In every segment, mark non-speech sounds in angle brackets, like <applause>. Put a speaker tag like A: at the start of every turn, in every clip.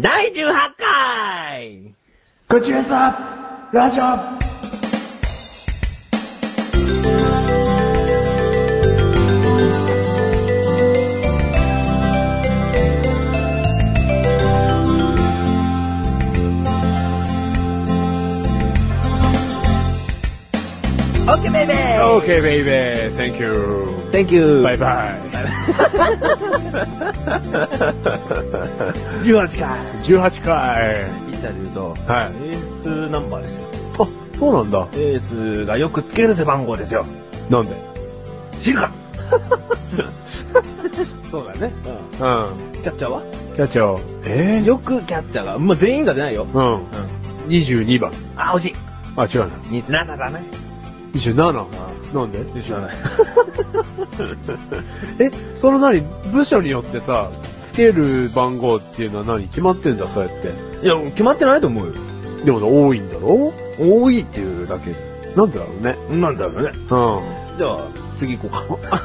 A: 第18回
B: ごちゅうさラジオ
A: オッケーベイベー
C: Okay, baby. Thank you.
A: !Thank you!
C: Bye bye.
A: 18回
C: 18回。
A: インタビューと、
C: はい
A: エースナンバーですよ。
C: あ、そうなんだ。
A: エースがよくつける背番号ですよ。
C: なんで
A: 知 <laughs> るか
C: そうだね。
A: うん。
C: うん。
A: キャッチャーは
C: キャッチャー。え
A: よくキャッチャーが、まあ、全員がじゃないよ。
C: うん。22番。
A: あ、惜しい
C: あ、違うな。
A: 27だね。
C: 27。なんで
A: 知らない。
C: <laughs> え、その何部署によってさ、つける番号っていうのは何決まってんだ、そうやって。
A: いや、決まってないと思うよ。
C: でも多いんだろ
A: 多いっていうだけ。
C: なんでだろうね。
A: なんだろうね。
C: う
A: じゃあ、次行こう <laughs> か。
C: ん。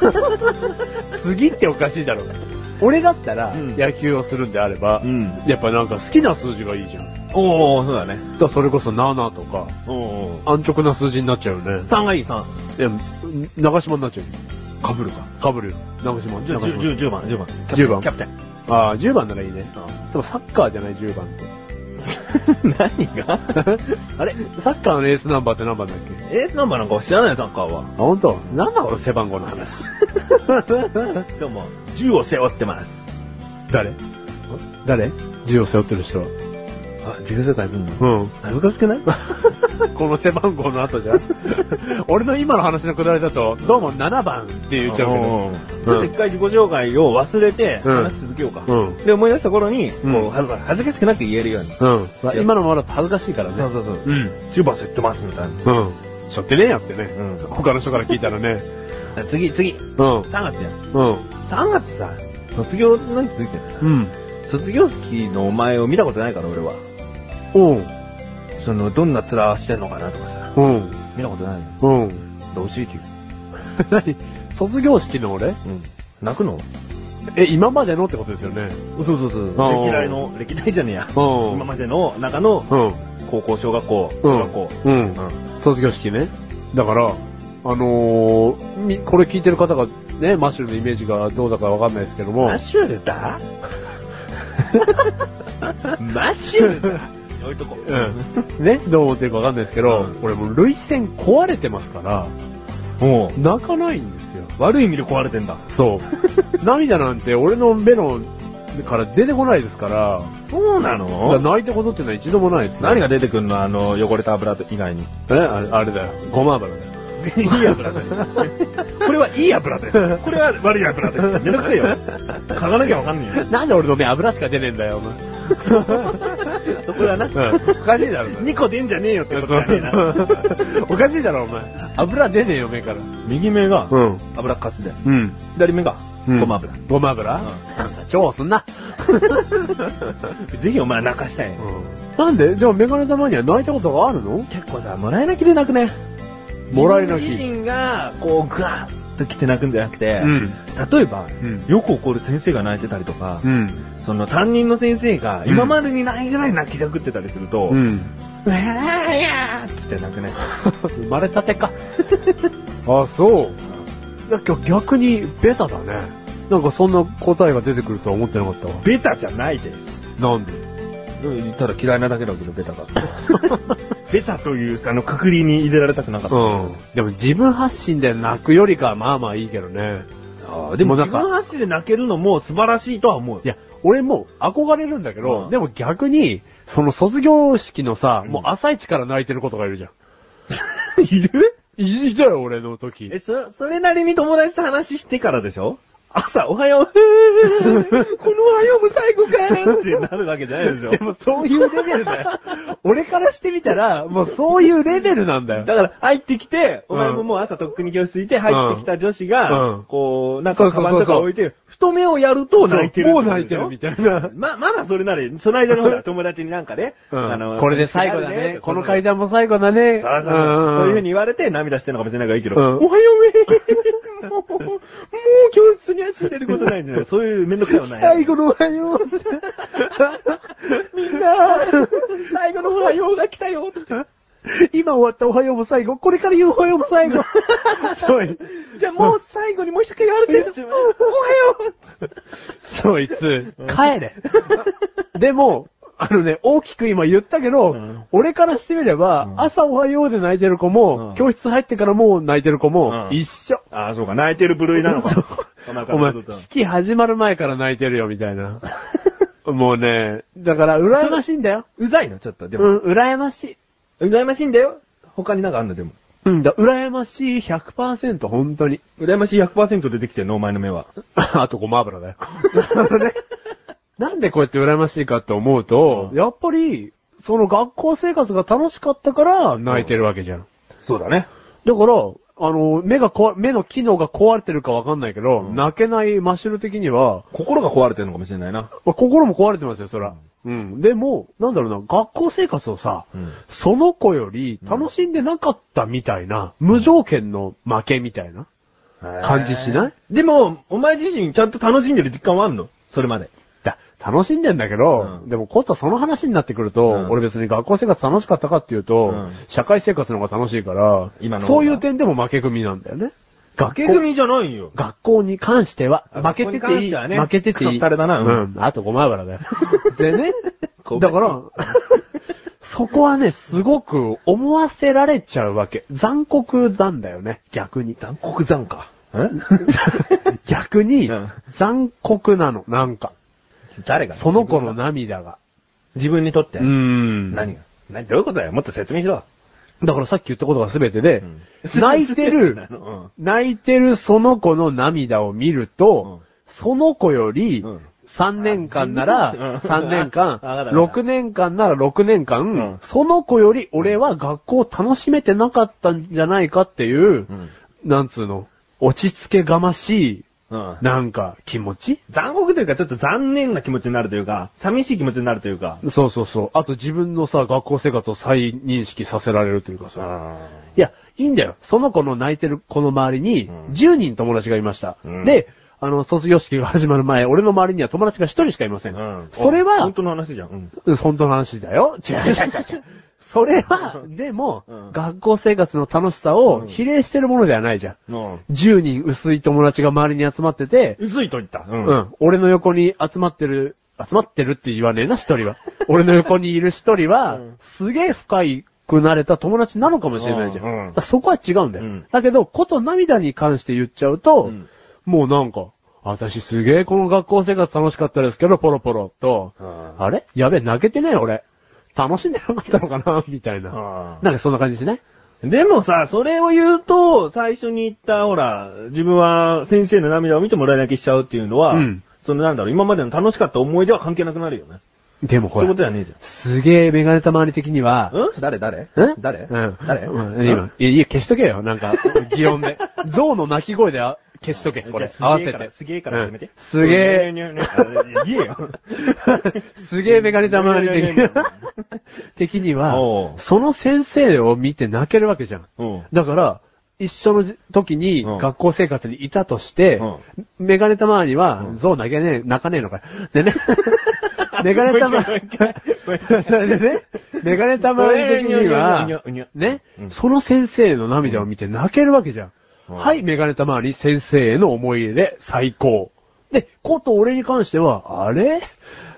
C: 次っておかしいだろうね。俺だったら、
A: うん
C: 野球をするんであれば、
A: ん。
C: やっぱなんか好きな数字がいいじゃん。だか
A: おー、そうだね。
C: らそれこそ7とか、
A: おー。
C: 安直な数字になっちゃうよね。
A: 3がいい、3。
C: いや、長島になっちゃう。かぶるか。かぶるよ。長島。
A: じゃあ、
C: 長島
A: 10番、10番。
C: 10番
A: キャプテン。
C: ああ、10番ならいいね。でもサッカーじゃない、10番って。 <laughs>
A: 何 <laughs> があれ
C: サッカーのエースナンバーって何番だっけ
A: エースナンバーなんかは知らないよサッカーは。
C: あ、ほんとなんだこの背番号の
A: <laughs>
C: 話。
A: でも、銃を背負ってます。
C: 誰誰銃を背負ってる人は。
A: あ、銃世界すんの
C: うん。 <laughs>
A: あ、ムカつけない
C: この背番号の後じゃん。 <laughs> 俺の今の話のくだりだと、どうも7番って言っちゃうけど。
A: ちょっと一回自己紹介を忘れて、
C: うん
A: 話し続けようか。
C: うん。
A: で、思い出した頃に、
C: ん
A: もうは恥ずかしくなく言えるように。
C: うん。まあ今のもらって恥ずかしいからね。
A: そうそう。
C: うん。
A: 10番背負ってます、みたいな。
C: うん。しょってねえやってね。
A: うん
C: 他の人から聞いたらね。
A: あ。次、次。
C: うん。
A: 3月やん。
C: うん。
A: 3月さ、卒業、なんて続いてる
C: うん。
A: 卒業式のお前を見たことないから、俺は。
C: うん。
A: その、どんな面してんのかなとかさ、
C: うん。
A: 見たことないよ。
C: うん。
A: どうしいっていう。
C: 何卒業式の俺
A: うん。泣くの
C: え、今までのってことですよね。
A: そうそうそう。
C: あー
A: 歴代の、歴代じゃねえや。
C: うん。
A: 今までの中の高校、小学校、中
C: うん
A: 学校。
C: うん。うん。卒業式ね。だから、あのー、みこれ聞いてる方がね、マッシュルのイメージがどうだかわかんないですけども
A: マッ、シュルだマッシュルだ置いとこう。
C: うん。ね、どう思ってるかわかんないですけど、
A: うん
C: これもう涙腺壊れてますから、
A: もう、
C: 泣かないんですよ。
A: 悪い意味で壊れてんだ。
C: そう。 <laughs> 涙なんて俺の目の、から出てこないですから、
A: そうな
C: だから
A: の
C: 泣いたことっていうのは一度もないですね。
A: 何が出てくんのあの、汚れた油以外に。
C: えあれあれだよ。ごま油だよ。
A: いい油だよ。これはいい油です。これは悪い油です。めんどくせえよ。書かなきゃわかんねえよ。
C: なんで俺の目油しか出ねえんだよ、お前。 <laughs>
A: そこはな。
C: おかしいだろ、
A: 2個出んじゃねえよってことだね。
C: おかしいだろ、お前。油出ねえよ、目から。
A: 右目が
C: うん。
A: 油かすで、
C: うん。
A: 左目が
C: うん
A: ごま油。
C: ごま油超すんな。
A: ぜひお前泣かしたい。
C: なんでじゃあメガネ玉には泣いたことがあるの
A: 結構さ、もらい泣きで泣くね。
C: もらい泣
A: 自
C: き。
A: 分自身が、こう、ぐわーっと来て泣くんじゃなくて、
C: ん。
A: 例えば、
C: うん。
A: よく怒る先生が泣いてたりとか、
C: うん。
A: その担任の先生が
C: うん
A: 今までにないぐらい泣きじゃくってたりすると、う
C: うん。
A: わーいやーっつって泣く <laughs> ね。
C: 生まれたてか。あ、そう。なんか逆にベタだね。なんかそんな答えが出てくるとは思ってなかったわ。
A: ベタじゃないです。
C: なんで
A: 言ったら嫌いなだけだけど、ベタが。 <laughs> ベタという、あの、くくりに入れられたくなかった。
C: うん。でも自分発信で泣くよりかはまあまあいいけどね。
A: あーでも
C: も
A: 自
C: うなんか
A: 分の足で泣けるのも素晴らしいとは思う
C: い。や、俺も憧れるんだけど、
A: うん
C: でも逆に、その卒業式のさ、
A: うん
C: もう朝一から泣いてることがいるじゃん。
A: いる
C: いいたよ、俺の時
A: え、。そ、それなりに友達と話してからでしょ朝、おはよう、 <laughs> このおはようも最後かーってなるわけじゃないでしょ
C: で。もそういうレベルだよ。 <laughs> 俺からしてみたら、もうそういうレベルなんだよ。
A: だから、入ってきて、お前
C: う
A: も
C: ん
A: もう朝とっくに教室いて、入ってきた女子が、
C: うん
A: こう、なん
C: そ
A: か
C: うそ
A: カ
C: うそう
A: バン
C: そう
A: とか置いて、太めをやると泣いてる。
C: もう泣いてるみたいな。
A: ま、まだそれなら、その間のほ
C: <laughs>
A: ら、友達になんかね、
C: うんこれで最後だね。この階段も最後だね。
A: そうそうそう。
C: ん
A: そういう風に言われて涙してるのかもしれないからいいけど、
C: うん
A: おはようえう教室に足入れることないんだ
C: <laughs>
A: よ。そういうめんどくさいのない。
C: 最後のおはよ <laughs> う。
A: みんな、最後のおはようが来たよって。
C: 今終わったおはようも最後。これから言うおはようも最後。そい。
A: じゃあもう最後にもう一回あるぜって。おはよう
C: そいつ、帰れ。でも、あのね、大きく今言ったけど、
A: うん
C: 俺からしてみれば、
A: うん
C: 朝おはようで泣いてる子も、
A: うん
C: 教室入ってからもう泣いてる子も、
A: うん
C: 一緒。
A: ああ、そうか、泣いてる部類なの
C: そう
A: か。お腹
C: お
A: の
C: 前
A: こと、だ
C: 式始まる前から泣いてるよ、みた
A: <laughs>
C: いな。もうね、だから、羨ましいんだよ。
A: うざいの、ちょっと。で
C: う
A: も、
C: ん、羨ましい。
A: うらやましいんだよ。他になんかあんの、でも。
C: うんだ、羨ましい100%、本当に。 <laughs>
A: うらやましい100%出てきてるの、お前の目は。
C: あとごま油
A: <laughs>
C: だよ。なんでこうやって羨ましいかって思うと、
A: うん
C: やっぱり、その学校生活が楽しかったから泣いてるわけじゃん。
A: そうだね。
C: だから、あの、目が壊、目の機能が壊れてるかわかんないけど、
A: うん
C: 泣けないマシュル的には、
A: 心が壊れてるのかもしれないな。
C: まあ心も壊れてますよ、そら。うん。でも、なんだろうな、学校生活をさ、
A: うん
C: その子より楽しんでなかったみたいな、無条件の負けみたいな。感じしない
A: でも、お前自身ちゃんと楽しんでる実感はあんのそれまで。
C: だ、楽しんでんだけど、
A: うん
C: でもことその話になってくると、
A: うん
C: 俺別に学校生活楽しかったかっていうと、
A: うん
C: 社会生活の方が楽しいから、
A: 今の方が
C: そういう点でも負け組なんだよね。学
A: 崖
C: 校
A: 組じゃないよ。
C: 学校に関しては、
A: あ
C: 負けてていい。
A: 学校に関してはね
C: 負けててい
A: ク
C: い。
A: ソったれだな
C: う
A: うんん。
C: あとごま油だよ。 <laughs> でね、
A: 神戸
C: だ
A: 市
C: から、 <laughs> そこはね、すごく思わせられちゃうわけ。残酷残だよね、逆に。
A: 残酷残か。ん
C: <laughs> 逆に
A: うん、
C: 残酷なの、なんか。
A: 誰が
C: その子の
A: 自分が
C: 涙が。
A: 自分にとって。
C: うーん。
A: 何が何どういうことだよもっと説明しろ。
C: だからさっき言ったことが全てで、
A: うん
C: <laughs> 泣いて
A: <laughs> な
C: る、
A: の
C: 泣いてるその子の涙を見ると、
A: うん
C: その子より
A: うん、
C: 3年間
A: う
C: な
A: ん
C: ら、3年間、
A: <laughs> わかったわか
C: 6
A: った
C: 年間なら6年間
A: ん、
C: その子より俺は学校を楽しめてなかったんじゃないかっていう
A: う、ん。
C: なんつうの、落ち着けがましい、
A: うん。
C: なんか気持ち
A: 残酷というか、ちょっと残念な気持ちになるというか、寂しい気持ちになるというか。
C: そうそうそう。あと自分のさ、学校生活を再認識させられるというかさ。
A: あ
C: いや、いいんだよ。その子の泣いてる子の周りに
A: うん、
C: 10人友達がいました。
A: うん
C: で、あの、卒業式が始まる前、俺の周りには友達が1人しかいません。
A: うん。
C: それは
A: 本、当の話じゃん。うん。
C: うん本当の話だよ。違う違う違う違
A: <laughs>
C: う。それは、でも、
A: うん
C: 学校生活の楽しさ
A: う
C: を
A: ん
C: 比例してるものではないじゃん。
A: うん。
C: 10人薄い友達が周りに集まってて、
A: 薄いと言った。う
C: う。ん。俺の横に集まってる、集まってるって言わねえな、
A: <laughs>
C: 一人は。俺の横にいる一人は、
A: うん
C: すげえ深くなれた友達なのかもしれないじゃん。
A: うんうん
C: だからそこは違うんだよ。
A: うん
C: だけど、こと涙に関して言っちゃうと、
A: うん
C: もうなんか、私すげえこの学校生活楽しかったですけど、ポロポロと、
A: うん
C: あれやべえ、泣けてねえ俺。楽しんでなかったのかなみたいな。
A: うん
C: なんかそんな感じしない
A: でもさ、それを言うと、最初に言った、ほら、自分は先生の涙を見てもらい泣きしちゃうっていうのは、
C: うん
A: そのなんだろう、今までの楽しかった思い出は関係なくなるよね。
C: でも
A: そ
C: ほ
A: ういう
C: ら
A: こと、じゃねえじ
C: すげえメガネたまわり的には
A: ゃ、ん。うん誰誰
C: え
A: 誰
C: うん。
A: 誰
C: うん、今。いやいや、消しとけよ。なんか、擬
A: <laughs>
C: 音で。象の鳴き声であ消しとけ、これ。
A: じ
C: 合
A: ゃあ
C: わ
A: す
C: せ
A: げえから
C: て。
A: すげえから始めて
C: うん。すげ
A: え。
C: え、
A: 言え
C: <laughs>
A: よ。
C: すげえメガネ玉まり的には <laughs> 的に
A: お
C: は、
A: う
C: その先生を見て泣けるわけじゃん。
A: うん。
C: だから、一緒の時に
A: うん
C: 学校生活にいたとして、メガネたまわりは、象泣けねえ、泣かねえのかよ。で
A: <laughs>
C: ね、メガネたまわり、 <laughs> でね、メガネたまわり的には
A: うにょうにょうにょうにょ、
C: ね
A: う、ん
C: その先生の涙を見て泣けるわけじゃん。
A: うん
C: はい、メガネたまわり先生への思い入れ最高。で、こと俺に関しては、あれ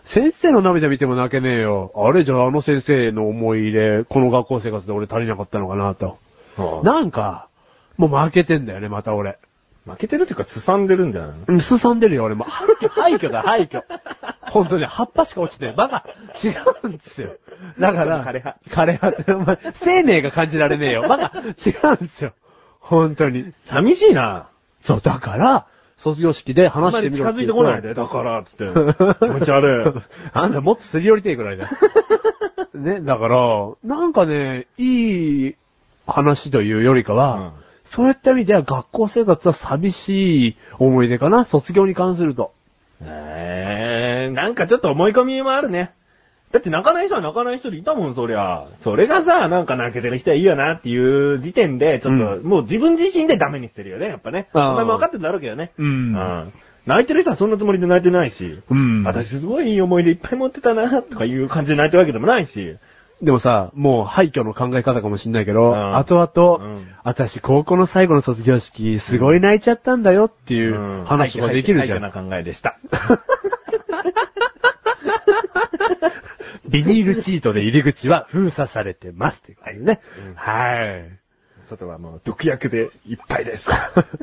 C: 先生の涙見ても泣けねえよ。あれじゃああの先生の思い入れ、この学校生活で俺足りなかったのかなと。
A: うん
C: なんか、もう負けてんだよね、また俺。
A: 負けてるっていうか、すさんでるんじゃないの
C: うんすさんでるよ、俺も。廃墟、廃墟だ、廃墟。本当に、葉っぱしか落ちてない。バカ、違うんですよ。だから、
A: 枯れ葉
C: 枯れ葉って、お前、生命が感じられねえよ。バカ、違うんですよ。本当に。
A: 寂しいな。
C: そう、だから、卒業式で話してみろ
A: あんまり近づいてこない
C: で。
A: で、だから、つって。気持ち悪い。
C: あんたもっとすり寄りてえく
A: <laughs>
C: らいだ。ね、だから、なんかね、いい話というよりかは、
A: うん
C: そういった意味では学校生活は寂しい思い出かな、卒業に関すると。
A: えー、なんかちょっと思い込みもあるね。だって泣かない人は泣かない人でいたもん、そりゃ。それがさ、なんか泣けてる人はいいよなっていう時点で、ちょっと、
C: うん
A: もう自分自身でダメにしてるよね、やっぱね。お
C: あー
A: 前も分かってるだろうけどね。
C: う。
A: うんん。泣いてる人はそんなつもりで泣いてないし。
C: うん。
A: 私すごいいい思い出いっぱい持ってたな、とかいう感じで泣いてるわけでもないし。
C: でもさ、もう廃墟の考え方かもしんないけど、
A: うん
C: 後々、
A: うん
C: 私高校の最後の卒業式、すごい泣いちゃったんだよっていううん話ができるじゃ
A: 廃
C: ん。
A: 墟な考えでした。
C: ビニールシートで入り口は封鎖されてますっていう感じね。はい。 <laughs>
A: 外はもう毒薬でいっぱいです。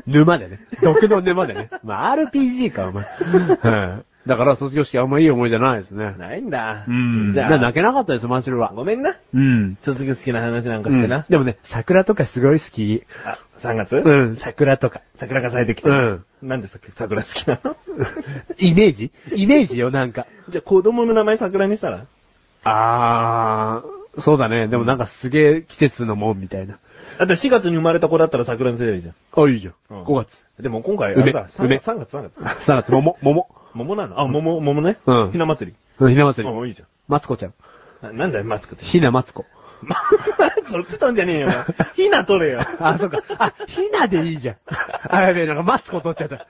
C: 沼でね。毒の沼でね。まあ、RPG か、お前。はいだから卒業式あんまいい思い出ないですね。
A: ないんだ。
C: うん。
A: じ
C: じ
A: ゃ
C: ゃ
A: あ、
C: 泣けなかったです、マシュルは。
A: ごめんな。
C: うん。
A: 卒業式の話なんか
C: う
A: して
C: ん
A: な。
C: でもね、桜とかすごい好き。
A: あ、3月
C: うん、桜とか。
A: 桜が咲いてきて。
C: うん
A: なんでさ桜好きなの <laughs>
C: イメージイメージよ、なんか。
A: じゃあ子供の名前桜にしたら
C: あー、そうだね。でもなんかすげえ季節のもんみたいな。
A: あと4月に生まれた子だったら桜にすればいいじゃ
C: あ、いいじゃん。
A: うん
C: 5月。
A: ん。でも今回、あれだ、3
C: 梅
A: 月、3月、3月。
C: 3月、桃、桃。
A: 桃なのあ、桃、桃ね。
C: うん
A: ひな祭り。
C: ひな祭
A: あ、もう
C: り。
A: いいじゃん
C: マツコちゃん。。
A: ななんだよ、マツコって。 <laughs>
C: ひなマツコ。
A: ま、そっちとんじゃねえよ。
C: <laughs>
A: お前ひな取れよ。
C: あ、そうか。あ、ひなでいいじゃん。あ、やべえ、なんかマツコ取っちゃった。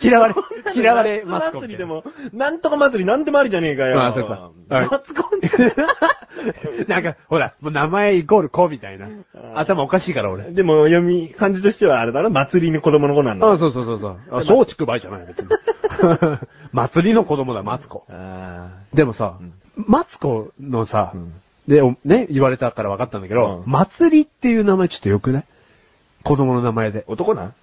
C: 嫌われ、嫌
A: <laughs>
C: われ、マツコ。
A: 祭りで。も、なんとか祭りなんでもありじゃねえかよ。
C: あそうかはい
A: マツコ
C: <laughs> なんか、ほら、もう名前イコール子みたいな。頭おかしいから、俺。
A: でも、読み、漢字としてはあれだろ祭りに子供の子なんだ。
C: あ、そうそうそうそう。あ、松竹梅じゃない、別に。 <laughs> 祭りの子供だ、マツコ。
A: あ
C: でもさ
A: うん、
C: マツコのさ
A: ーう、ん
C: で、おね、言われたから分かったんだけど、
A: うん
C: 祭りっていう名前ちょっと良くない子供の名前で。
A: 男なん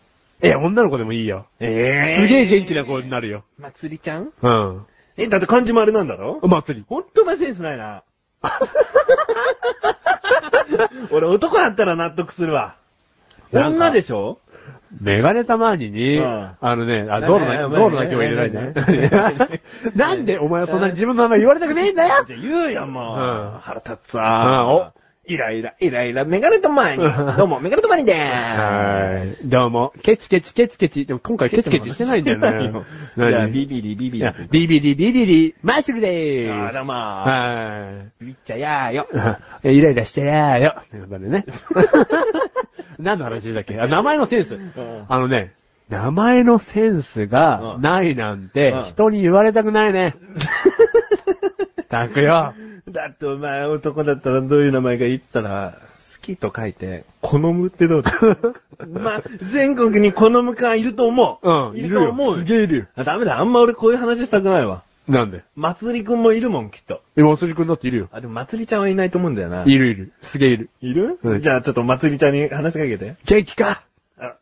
C: え、女の子でもいいよ。
A: え
C: すげえ元気な子になるよ。
A: 祭りちゃん
C: うん。
A: え、だって漢字もあれなんだろ
C: 祭り。
A: ほんとお前センスないな。 <laughs> 俺男だったら納得するわ。
C: なんか
A: 女でしょ
C: メガネたまーにに、
A: うん
C: あのね、あ、ゾウロ
A: な
C: だ
A: ん
C: け、
A: だ
C: ゾウロだけは入れないで。 <laughs> なんでお前はそんなに自分の名前言われたくねえんだよ
A: じゃあ言うよもう。
C: うん
A: 腹立つわ。イライラ、イライラ、メガネとマニ。
C: うん
A: どうも、メガネとマニで
C: は
A: ー <laughs> す。
C: ーい。どうも、ケチケチケチケチ。でも今回ケチケチしてないんだよ
A: してない
C: ね
A: よ。
C: 何
A: じゃあ、ビビリ、ビビ
C: い
A: リ
C: や。ビビリビビリ、マッシュルでーす。
A: あどうもー
C: はーい。
A: ビビっちゃやーよ。
C: あ <laughs> イライラしてやーよ。ということでね。 <laughs> 何の話だっけあ名前のセンス。
A: ん
C: あのね、名前のセンスが
A: うん
C: ないなんて
A: うん
C: 人に言われたくないね。たくよ。
A: <laughs> だってお前男だったらどういう名前がいいって言ったら、好きと書いて、好むってどうだ <laughs> まあ、全国に好むかいると思う。
C: うん、
A: い
C: い
A: る
C: る
A: と思
C: よ。
A: う
C: す。げえいるよ。
A: あダメだ、あんま俺こういう話したくないわ。
C: なんで
A: まつりくんもいるもん、きっと。
C: え、まつりくんだっているよ。
A: あ、でもまつりちゃんはいないと思うんだよな。
C: いるいる。すげえいる。
A: いる
C: うん
A: じゃあちょっとまつりちゃんに話しかけて。
C: 元気か
A: あ、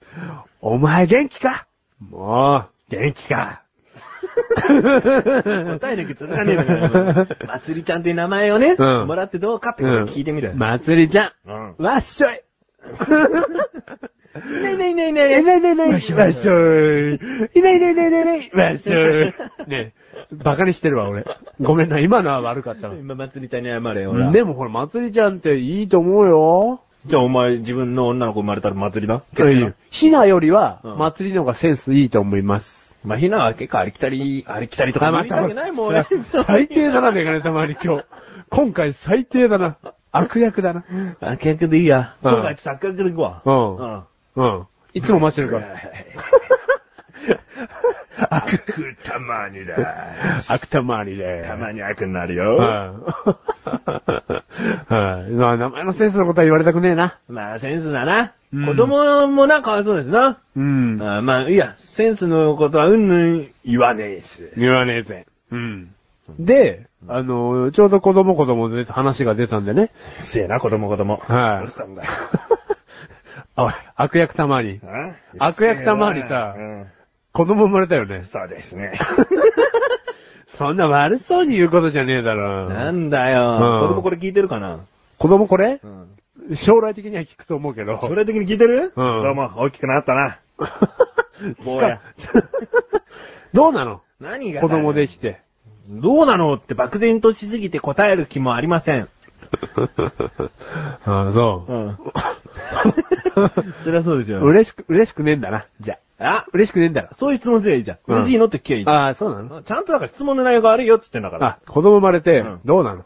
C: お前元気かもう、元
A: <laughs>
C: 気か。
A: 答えなきゃつかねえのか <laughs> よまつりちゃんっていう名前をね、
C: うん
A: もらってどうかってこと聞いてみる。
C: まつりちゃ
A: うん
C: ん。わっし
A: <laughs>
C: ょい。
A: いないいないいないい
C: え、
A: ない。
C: ねえねえねえ、わっしょい。いないいないいないいないいない、わっしょい。ねえ、バカにしてるわ、俺。ごめんな、今のは悪かった
A: 今、まつりちゃんに謝れよ、ほ
C: わ。
A: ら。
C: でもほら、まつりちゃんっていいと思うよ。
A: じゃあお前、自分の女の子生まれたらまつりだ
C: ひなよりは、
A: うん
C: まつりの方がセンスいいと思います。
A: まあ、ひなは結構ありきたり、ありきたりとか
C: あ、
A: 無
C: ま
A: 理だけないもん、俺。
C: 最低だな、メガネたまに今日。今回最低だな。悪役だな。
A: あ、結局でいいや。
C: うん
A: 今回サッカーで行くわ。
C: うん
A: うん。
C: うん。いつもマシる
A: く
C: から。
A: 悪たまにだ。
C: 悪玉ありで。
A: たまに悪になるよ。
C: はい。はい。まあ、名前のセンスのことは言われたくねえな。
A: まあ、センスだな。
C: うん
A: 子供もな、かわいそうですな。
C: うん。
A: あまあ、いいや、センスのことはうんぬん言わねえし。
C: 言わねえぜ。うん。で、あの、ちょうど子供子供で話が出たんでね。
A: うるせえな、子供子供。
C: はいう
A: るさんだよ。
C: あ、 <laughs> おい悪役たまに。
A: あ
C: 悪役たまにさ
A: うん
C: 子供生まれたよね。
A: そうですね。
C: そんな悪そうに言うことじゃねえだろ。
A: なんだ
C: う
A: よ。
C: ん
A: 子供これ聞いてるかな
C: 子供これ
A: うん。
C: 将来的には聞くと思う
A: <laughs>
C: けど。 <laughs>
A: 将来的に聞いてる
C: う
A: ど
C: ん
A: うも、大きくなったな。坊や
C: <laughs> どうなの
A: 何が
C: 子供で
A: き
C: きて。
A: どうなのって漠然としすぎて答える気もありません。
C: ああ、そうう。
A: ん。 <laughs>
C: <laughs>
A: そりゃそうですよ。
C: 嬉しく、嬉しくねえんだな。
A: じゃあ。あ、
C: 嬉しくねえんだな。
A: そういう質問すればいいじゃん。
C: うん
A: 嬉しいのって聞けばいいじゃん
C: ああ、そうなの
A: ちゃんとだから質問の内容が悪いよって言ってんだから。
C: あ、子供生まれて
A: うん、
C: どうなの、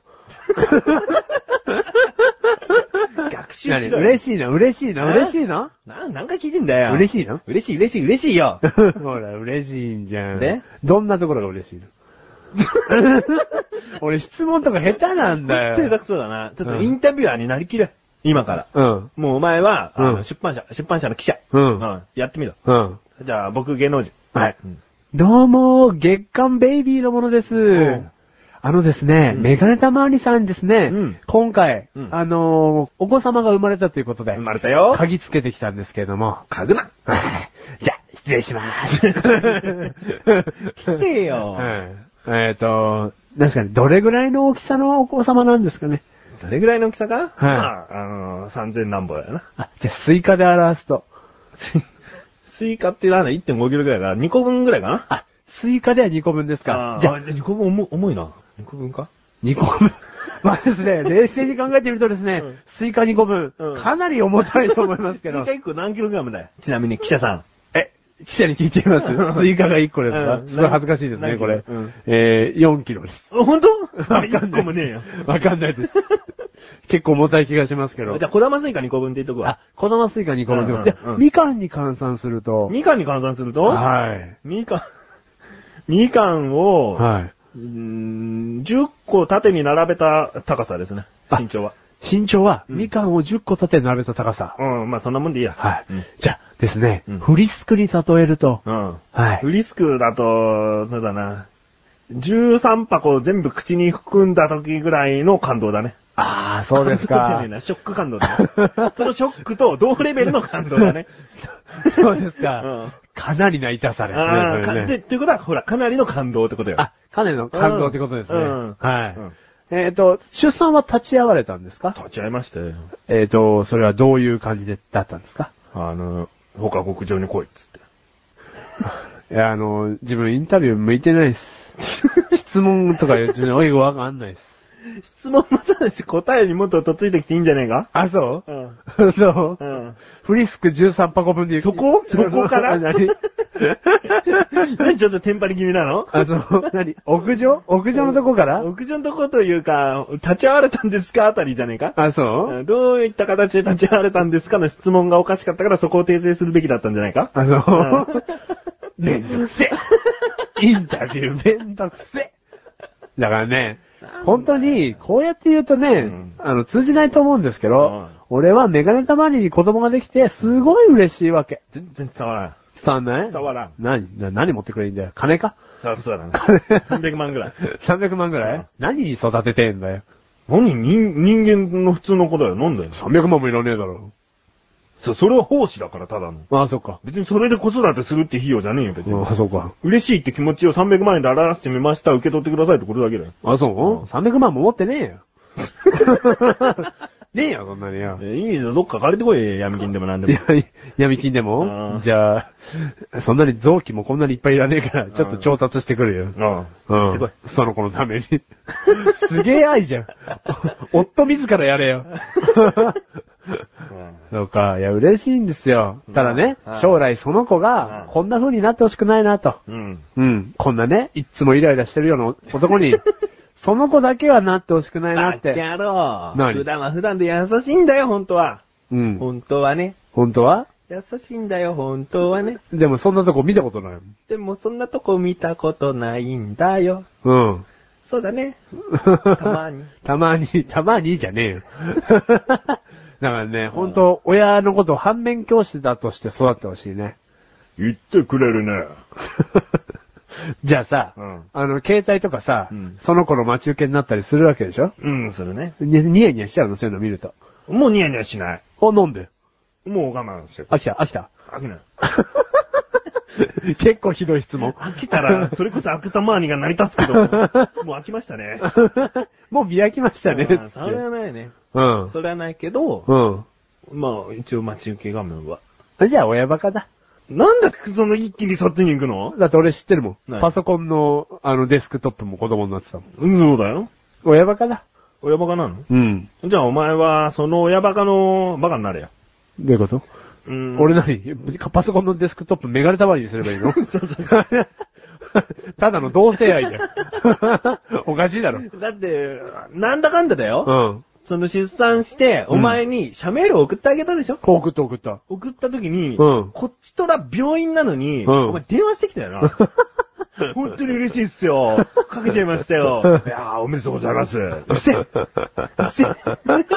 A: 学習
C: 何
A: しろよ。
C: 嬉しいな、嬉しいな、
A: え
C: 嬉しいな。 <laughs>
A: な、何回聞いてんだよ。
C: 嬉
A: い。
C: しいな。
A: 嬉しい、嬉しい、嬉しいよ。
C: ほら、嬉しいんじゃん。
A: で
C: どんなところが嬉しいの
A: <laughs>
C: 俺質問とか下手なんだ
A: 手
C: よ。
A: だくそうだな。ちょっ
C: う
A: と
C: ん
A: インタビュアーになりきれ。今から。
C: うん。
A: もうお前は、あの
C: うん
A: 出版社、出版社の記者。
C: うん
A: やってみろ。
C: うん。
A: じゃあ、僕芸能人。
C: はい
A: うん
C: どうも、月刊ベイビーのものです。
A: ん
C: あのですね、
A: うん
C: メガネたまわりさんですね、
A: うん
C: 今回、
A: うん
C: あのーお子様が生まれたということで
A: 生、まれたよ。
C: 鍵つけてきたんですけれども、 <laughs>
A: かぐな。
C: じゃあ、失礼し
A: <laughs>
C: ます。 <laughs>
A: 来てよ。
C: うんえっ、と、なんですかね、どれぐらいの大きさのお子様なんですかね。
A: どれぐらいの大きさかはいまあ、あのー、3000何本やな。
C: あ、じゃあ、スイカで表すと。
A: スイカってなんだ、1.5キロぐらいかな。2個分ぐらいかな。
C: あ、スイカでは2個分ですか。じゃあ、
A: 2個分重重いな。2個分か
C: 2個分。 <laughs> まあですね、冷静に考えてみるとですね、
A: うん
C: スイカ2個分、
A: うん
C: かなり重たいと思いま
A: ス
C: す
A: イ
C: け
A: カ
C: ど。
A: 1個何キログラムだよ。ちなみに記者さん。
C: え、記者に聞いちゃいますスイカが1個ですか、
A: うん
C: すごい恥ずかしいですね、
A: 何
C: これ。
A: うん
C: えー、4キロです。
A: ほんと
C: <laughs> わかんない
A: ?1 個もねえよ。
C: わかんな
A: <laughs>
C: いです。結構重たい気がしますけど
A: じゃ。あ、小玉スイカ2個分って言っとく
C: あ
A: わ。、
C: 子供スイカ2個分ってことで、
A: うんうんうん
C: みかんに換算すると、
A: みかんに換算すると
C: はい。
A: みかん、 <laughs> みかんを、
C: はい。
A: うーん10個縦に並べた高さですね。
C: あ
A: 身長は。
C: 身長は、
A: うん
C: みかんを10個立て並べた高さ。
A: うん、まあそんなもんでいいや。
C: はい。
A: うん
C: じゃあですね、
A: うん
C: フリスクに例えると、
A: うん。
C: はい。
A: フリスクだと、そうだな。13箱全部口に含んだ時ぐらいの感動だね。
C: ああ、そうです
A: 感動じゃ
C: か
A: ねえ。 <laughs> なショック感動だ <laughs> ね。そのショックと同レベルの感動 <laughs> だね。
C: そうですか。
A: うん
C: かなりな痛さですね、
A: ああ、
C: それ
A: かで
C: ね。
A: っていうことは、ほら、かなりの感動ってことよ。
C: あ、かなりの感動ってことです
A: う
C: ね。
A: ん
C: はい。
A: うん
C: えっ、と、出産は立ち会われたんですか
A: 立ち会いましたよ。
C: えっ、と、それはどういう感じで、だったんですか
A: あの、他国上に来いっつって。
C: いや、あの、自分インタビュー向いてない <laughs> です。質問とか言うちに、おい、わかんないです。
A: 質問もそうだし、答えにもっととっついてきていいんじゃねえか
C: あ、そう
A: うん。
C: <laughs> そう、
A: うん。 <laughs>
C: フリスク13箱分で
A: そこそこから
C: <laughs> 何
A: 何ちょっとテンパり気味なの
C: あ、そう、何屋上屋上のとこから
A: 屋上のとこというか、立ち会われたんですかあたりじゃねえか
C: あ、そう
A: うんどういった形で立ち会われたんですかの質問がおかしかったからそこを訂正するべきだったんじゃないか
C: あの、めんどくせえ。インタビューめんどくせえ。だからね、本当に、こうやって言うとね、
A: ん
C: あの、通じないと思うんですけど、
A: うん
C: 俺はメガネたまりに子供ができて、すごい嬉しいわけ。
A: 全然伝わらん。
C: 伝わんない
A: 伝わらん
C: 何な何持ってくれいいんだよ。金 <laughs> か
A: 伝わらそうだな。300万ぐらい。
C: ?300 万ぐらい、
A: うん
C: 何に育ててんだよ。
A: 何人、人間の普通の子だよ。なんだよ。
C: 300万もいらねえだろ。
A: そ、それは奉仕だから、ただの。
C: ああ、そっか。
A: 別にそれで子育てするって費用じゃねえよ、別に。
C: ああ、そっか。
A: 嬉しいって気持ちを300万円で表してみました、受け取ってくださいってこれだけだよ。
C: あ、そう、
A: ん
C: ?300 万も持ってねえ
A: <laughs>
C: よ。ねえよ、そんなによ。
A: えいいぞ、どっか借りてこい、闇金でもなんで
C: い
A: も
C: や。、闇金で
A: う
C: も
A: ん
C: じゃあ、そんなに臓器もこんなにいっぱいいらねえから、ちょっと調達してくるよ。
A: あ
C: う
A: あ、してこい
C: ん。。その子のために。すげえ愛じゃん。夫自らや
A: <laughs>
C: れよ。そうか、いや、嬉しいんですよ。ただね
A: うん、
C: 将来その子
A: う
C: が
A: ん、
C: こんな風になってほしくないなと。
A: うん。
C: うん。こんなね、いっつもイライラしてるような男
A: <laughs>
C: に、その子だけはなってほしくないな
A: だ
C: っ
A: って
C: て。
A: やろう。
C: 何
A: 普段は普段で優しいんだよ、本当は。
C: うん。
A: 本当はね。
C: 本当は
A: 優しいんだよ、本当はね。
C: でもそんなとこ見たことない
A: でもそんなとこ見たことないんだよ。
C: もん。うん。
A: そうだね。たまに。
C: <laughs> たまに、たまにじゃねえよ。 <laughs> だからね、ほんと、親のことを反面教師だとして育ってほしいね。
A: <laughs>
C: <laughs>
A: 言ってくれるね。
C: じゃあさ、
A: うん
C: あの、携帯とかさ、
A: うん
C: その子の待ち受けになったりするわけでしょ
A: うん、するね。
C: にニヤニヤしちゃうの、そういうの見ると。
A: もうニヤニヤしない。
C: お、飲んで。
A: もう我慢して。
C: 飽きた、飽きた。 <laughs>
A: 飽きない。
C: 結構ひどい質問。 <laughs>
A: 飽きたら、 <laughs> それこそ悪玉兄が成り立つけど、 <laughs> もう飽きました <laughs> ね。
C: もう見飽きましたね。
A: うん
C: つ
A: そ
C: っ
A: れは
C: て
A: ないね。
C: うん。
A: それはないけど、
C: うん。
A: まあ、一応待ち受け画面は。
C: じゃあ、親バカだ。
A: なんでその一気にそっちに行くの
C: だって俺知ってるもん。
A: 何
C: パソコンの、あの、デスクトップも子供になってたもん。
A: うん、そうだよ。
C: 親バカだ。
A: 親バカなの
C: うん。
A: じゃあお前は、その親バカのバカになれよ。
C: どういうこと、
A: うん <laughs>
C: 俺何パソコンのデスクトップメガネたまりにすればいいのそうそう <laughs> ただの同性愛じゃん。 <laughs> おかしいだろ。
A: だって、なんだかんだだよ。
C: うん。
A: その出産して、お前に社メールを送ってあげたでしょ、
C: 送った送った。
A: 送った時に、
C: うん
A: こっちとら病院なのに、
C: うん
A: お前電話してきたよ
C: <laughs>
A: な。本当に嬉しいっすよ。かけちゃいましたよ。
C: <laughs>
A: いやー、おめでとうございます。うっせえうっせえ <laughs>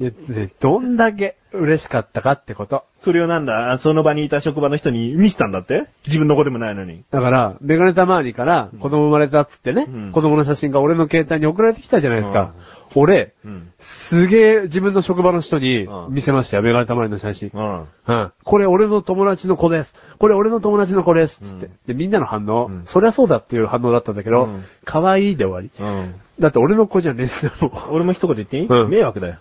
C: いやねどんだけ嬉しかったかってこと。
A: それをなんだ、その場にいた職場の人に見せたんだって自分の子でもないのに。
C: だから、メガネタ周りから子供生まれたっつってね、
A: うん
C: 子供の写真が俺の携帯に送られてきたじゃないですか。俺、
A: うん。
C: すげえ自分の職場の人に
A: うん
C: 見せましたよ、メガネタ周りの写真。
A: うん。
C: うん。これ俺の友達の子です。これ俺の友達の子です。つって。
A: うん
C: で、みんなの反応、
A: うん
C: そりゃそうだっていう反応だったんだけ
A: う
C: ど
A: ん、
C: 可、愛、いで終わり。 <laughs>
A: うん。
C: だって俺の子じゃねえんだもん。
A: 俺も一言言っていい、
C: うん
A: 迷惑だよ。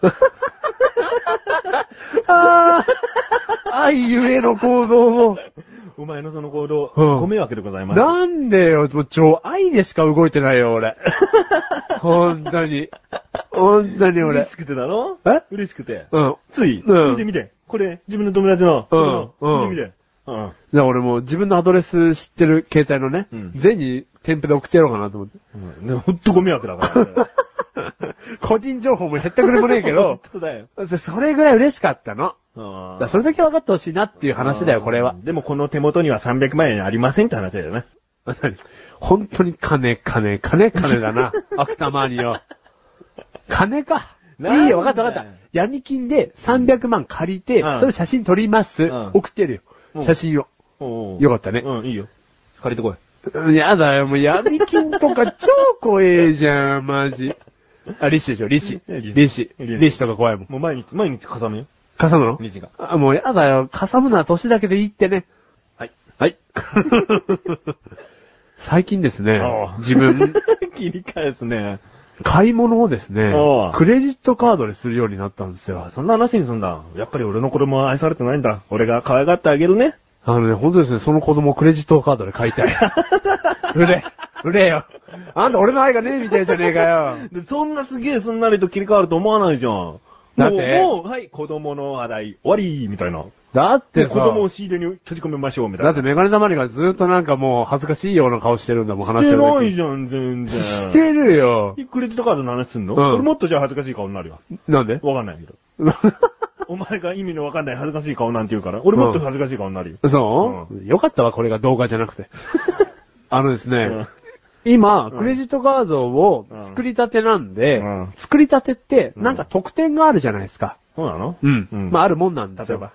C: ああ、 <laughs> 愛ゆえの行動も。
A: お前のその行動、
C: うん
A: ご迷惑でございます。
C: なんでよ、もう超愛でしか動いてないよ、
A: <laughs>
C: 俺。本当に。本当に
A: 嬉
C: 俺
A: し。くてだろ
C: え
A: 嬉しくて。
C: うん。
A: つい、
C: うん
A: 見て見て。これ、自分の友達の。
C: うん
A: この
C: うん
A: 見て見て。うん。
C: じゃあ俺もう自分のアドレス知ってる携帯のね
A: うん、
C: 全に添付で送ってやろうかなと思って。 <laughs>
A: うん、ねほんとご迷惑だから。
C: 個人情報も減ったくれもねえけど
A: <laughs>
C: <laughs>
A: 本、当だよ。
C: そそれぐらい嬉しかったの。だからそれだけ分かってほしいなっていう話だよ、これは <laughs>
A: うん。でもこの手元には300万円ありませんって話だよね。
C: 本当に金、金、金、金
A: <laughs>
C: だな。アクタマーニよ。金か。
A: なんだよ
C: いいよ、分かった分かった。闇金で300万借りて、
A: うん
C: それ写真撮ります。
A: うん
C: 送ってやるよ。
A: うん
C: 写真を。
A: おう
C: よかったね
A: うん、いいよ。借りてこい。
C: うんやだよ、もう闇金とか超怖えじゃん、マジ。あ、リシでしょ、リシ。
A: リシ
C: リシ。
A: リシ
C: リシとか怖いもん。
A: もう毎日、毎日かさむよ。
C: かさむの
A: リシが
C: あ、もうやだよ、かさむのは年だけでいいってね。
A: はい。
C: はい。 <laughs> 最近ですね
A: ああ、
C: 自分、
A: <laughs> 切り返すね。
C: 買い物をですね
A: あ、あ
C: クレジットカードにするようになったんです
A: あ
C: よ。
A: そんな話にすんだ。やっぱり俺の子供は愛されてないんだ。俺が可愛がってあげるね。
C: あのね、本当ですね、その子供をクレジットカードで買いたい。
A: <laughs>
C: 売れ、売れよ。あんた俺の愛がねえみたいじゃねえかよ。
A: で、そんなすげえすんなりと切り替わると思わないじゃん。
C: だって
A: もう、もう、はい、子供の話題、終わりみたいな。
C: だって
A: で、子
C: さ、
A: 供を仕入れに閉じ込めましょう、みたいな。
C: だってメガネたまりがずっとなんかもう恥ずかしいような顔してるんだもん、話
A: して
C: る
A: な
C: 時
A: いじゃん、全然。
C: してるよ。
A: クレジットカードの話すんの、
C: うん
A: 俺もっとじゃあ恥ずかしい顔になるよ。
C: なんで
A: わかんないけど。お前が意味のわかんない恥ずかしい顔なんて言うから、俺もっと恥ずかしい顔になるよ。
C: <laughs> そう、よかったわ、これが動画じゃな
A: <laughs>
C: くて。あのですね、
A: うん
C: 今、クレジットカードを作りたてなんで、
A: うん
C: 作りたてって、
A: うん
C: なんか特典があるじゃないですか。
A: そうなの
C: うん。
A: うん。
C: まあ、あるもんなんです
A: 例え
C: よ。
A: ば。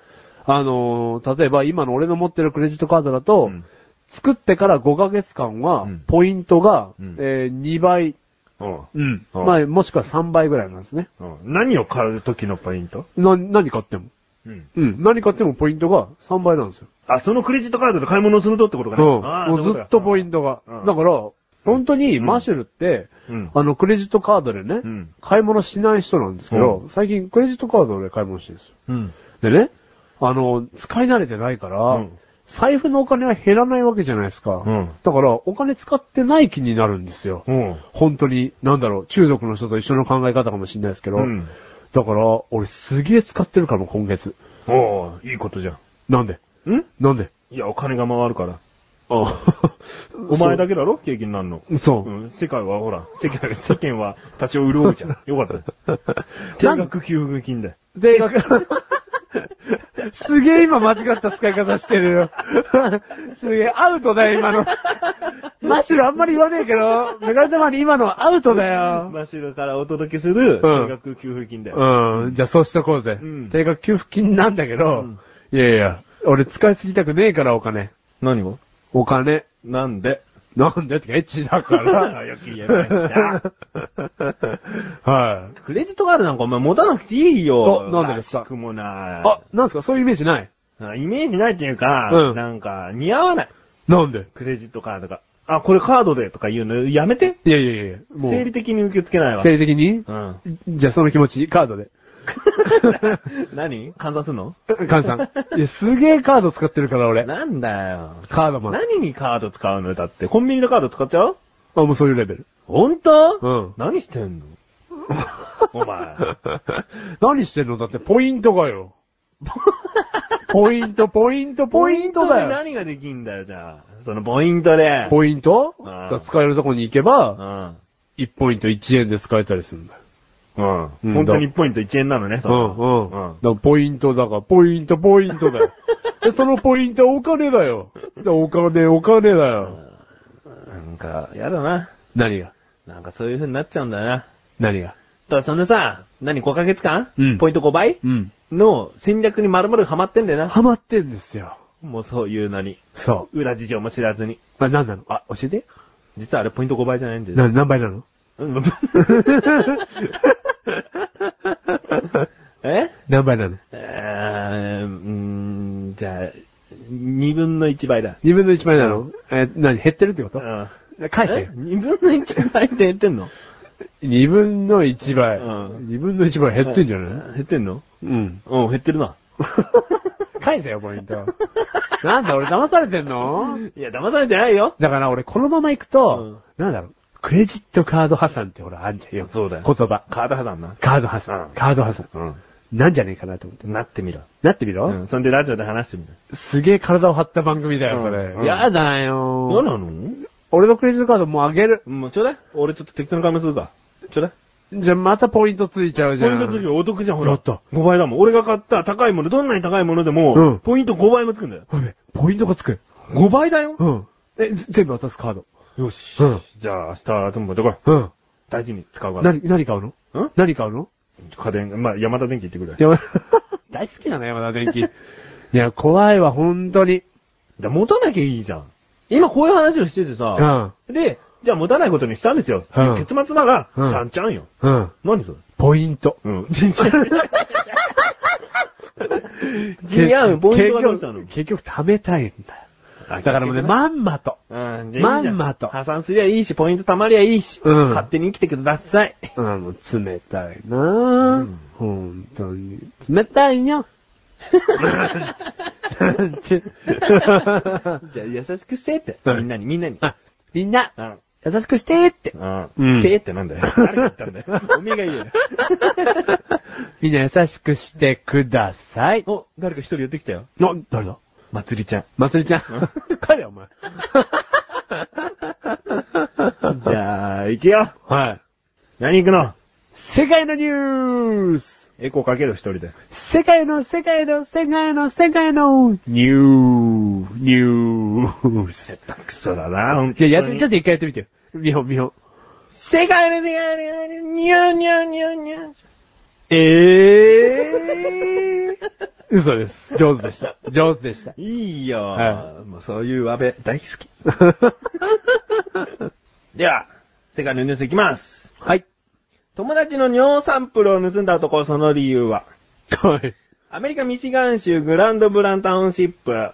C: あのー例えば今の俺の持ってるクレジットカードだと、
A: うん
C: 作ってから5ヶ月間は
A: うん、
C: ポイントが、
A: うん
C: えー2倍、
A: うん。
C: うん
A: うん
C: まあ、もしくは3倍ぐらいなんですね。
A: うん何を買う時のポイント
C: な、何買っても。
A: うん。
C: うん。何買ってもポイントが3倍なんですよ。
A: あ、そのクレジットカードで買い物をするとってことかね。あー
C: もうずっとポイントが。
A: うん
C: だから、本当にマシュルって、
A: うん
C: あの、クレジットカードでね、
A: うん
C: 買い物しない人なんですけど、
A: う
C: 最近クレジットカードで買い物してるんですよ。
A: うん。
C: でね、あの、使い慣れてないから、
A: うん
C: 財布のお金は減らないわけじゃないですか。
A: うん
C: だから、お金使ってない気になるんですよ。
A: うん。
C: 本当に、なんだろう、中毒の人と一緒の考え方かもしれないですけど、
A: うん
C: だから、俺すげえ使ってるかも、今月。
A: おーいいことじゃ
C: なんで
A: ん。ん
C: なんで
A: いや、お金が回るから。
C: あ
A: お前だけだろ経験なんの。
C: け。そう。
A: うん、世界はほら、世界、 <laughs> 世間は多少潤うじゃん。よか <laughs> ったよ。定
C: なん
A: 額給付金だよ。
C: で、すげえ今間違った使い方してるよ。すげえアウトだよ、今の。マシュルあんまり言わねえけど、メガネ玉に今のはアウトだよ。
A: マシルからお届けする、
C: うん
A: 定額給付金だよ。
C: うん、じゃあそうしとこうぜ。
A: うん
C: 定額給付金なんだけど、
A: うん
C: いやいや、俺使いすぎたくねえから、お金。
A: 何を
C: お金。
A: なんで
C: なんでってか、エッチだから。
A: よく言えないな
C: <laughs> はい。
A: <laughs> クレジットカードなんかお前持たなくていいよ。
C: あなんでですから
A: しくもない。
C: あ、なんすかそういうイメージない
A: あイメージないっていうか、
C: うん
A: なんか、似合わない。
C: なんで
A: クレジットカードが。あ、これカードでとか言うのやめて。
C: いやいやいや、もう。
A: 生理的に受け付けないわ。
C: 生理的に
A: うん。
C: じゃあその気持ち、カードで。
A: <laughs> 何換算すんの
C: カ
A: <laughs>
C: ンさん。いや、すげえカード使ってるから、俺。
A: なんだよ。
C: カードマン。
A: 何にカード使うのだって。コンビニのカード使っちゃう
C: あ、もうそういうレベル。 <laughs>
A: 本当
C: うん
A: 何してんの <laughs> お <laughs> 前。
C: 何してんのだって、ポイントが
A: <laughs>
C: よ。ポイント、ポイント、ポイントだ
A: で
C: よ。
A: 何ができんだよ、じゃあ。そのポイントで。
C: ポイント
A: うん
C: が使えるとこに行けば、
A: うん。
C: 1ポイント1円で使えたりするんだよ。
A: うん。
C: うん
A: 本当に1ポイント1円なのね、
C: う
A: そ
C: ん
A: の
C: うん。
A: うん
C: だからポイントだから、ポイント、ポイントだ
A: <laughs>
C: よ。で、そのポイントはお金だよ。だからお金、お金だよ。
A: なんか、やだな。
C: 何が
A: なんかそういう風になっちゃうんだよな。
C: 何が
A: ただそのさ、何5ヶ月間、
C: うん
A: ポイント5倍
C: うん。
A: の戦略に丸々ハマってんだよな。
C: ハマってんですよ。
A: もうそういうなに。
C: そ
A: 裏事情も知らずに。
C: う。まあ、何なのあ、教えて。
A: 実はあれポイント5倍じゃないんだよ。
C: な、何倍なの
A: うん。 <laughs> え
C: 何倍なの
A: えーうーん、じゃあ、2分の1倍だ。
C: 二分の一倍なのえー、何減ってるってこ
A: う
C: と
A: ん。
C: 返せ
A: え
C: よ。
A: ?2 分の1倍って減ってんの
C: 二分の一倍。
A: うん
C: 二分の一倍減ってんじゃない、
A: 減ってんの
C: うん。
A: うん、減ってる <laughs> な。
C: 返せよ、ポイント。なんだ、俺騙されてんの
A: いや、騙されてないよ。
C: だから俺このまま行くと、なんだろう、クレジットカード破産ってほら、あんじゃんよ。
A: そうだよ
C: 言葉。
A: カード破産な。
C: カード破産。
A: うん
C: カード破産。
A: う
C: なんじゃねえかなと思って。
A: ん。なってみろ。
C: なってみろ、
A: うん。そんでラジオで話してみる。
C: すげえ体を張った番組だよ、それ。
A: うんうん
C: やだよ
A: どうなの
C: 俺のクレジットカードもうあげる。
A: もうちょうだい。俺ちょっと適当な買い物するか。ちょうだい。
C: じゃあまたポイントついちゃうじ
A: ポ
C: ゃ
A: イン
C: ん。
A: ト付きお得じゃん、ほら。
C: やった
A: 5倍だもん。俺が買った高いもの、どんなに高いものでも、
C: うん
A: ポイント5倍もつくんだよ。
C: やべポイントがつく。
A: 5倍だよ。
C: うん。え、ぜ全部渡すカード。
A: よし。
C: うん
A: じゃあ明日、全部どこい。
C: うん。
A: 大事に使うから。
C: 何、何買うの
A: ん
C: 何買うの
A: 家電、まあ、山田電機行ってくれ。
C: 山 <laughs> 大好きなの、山田 <laughs> 電機。いや、怖いわ、本当に。
A: じゃあ持たなきゃいいじゃん。今こういう話をしてて
C: う
A: さ、
C: ん。
A: で、じゃあ持たないことにしたんですよ。
C: うん
A: 結末なら、ち
C: うん
A: ゃんちゃんよ。
C: うん。
A: 何それ
C: ポイント。
A: うん。ち
C: <laughs>
A: んちゃん。違う、ポイントがどうしたの
C: 結局、結局貯めたいんだよ。だからもうね、まんまと。
A: うん、じゃあいいじゃ
C: まんまと
A: 破産すりゃいいし、ポイント貯まりゃいいし、
C: うん
A: 勝手に生きてください。
C: うん、もう冷たいなぁ、
A: うん
C: 本当に。冷たい <laughs> よ。なんち
A: じゃあ優しくしてって、
C: うん
A: みんなに、みんなに。
C: あ、みんな、
A: うん。
C: 優しくしてって。
A: うん。けーってなんだよ。誰が言ったんだよ。 <laughs> おめえが言えよ。
C: みんな優しくしてください。
A: お、誰か一人寄ってきたよ。
C: な、誰だ
A: まつりちゃん。
C: まつりちゃん。帰れよ、お前。
A: じゃあ、行くよ。
C: はい。
A: 何行くの
C: 世界のニュース
A: エコーかける一人で。
C: 世界の世界の世界の世界のニュー、ニュース。
A: たくそだな、ほん
C: じゃあやって、ちょっ
A: っ
C: と一回やってみてよ。見本、見本。
A: 世界の世界の世界のニューニューニューニュー。
C: ええー。嘘です。上手でした。上手でした。
A: <laughs> いいよ、
C: は
A: もうそういう安倍大好き。では、世界のニュースいきます。
C: はい。
A: 友達の尿サンプルを盗んだ男、その理由は、
C: はい。
A: アメリカミシガン州グランドブランタウンシップ、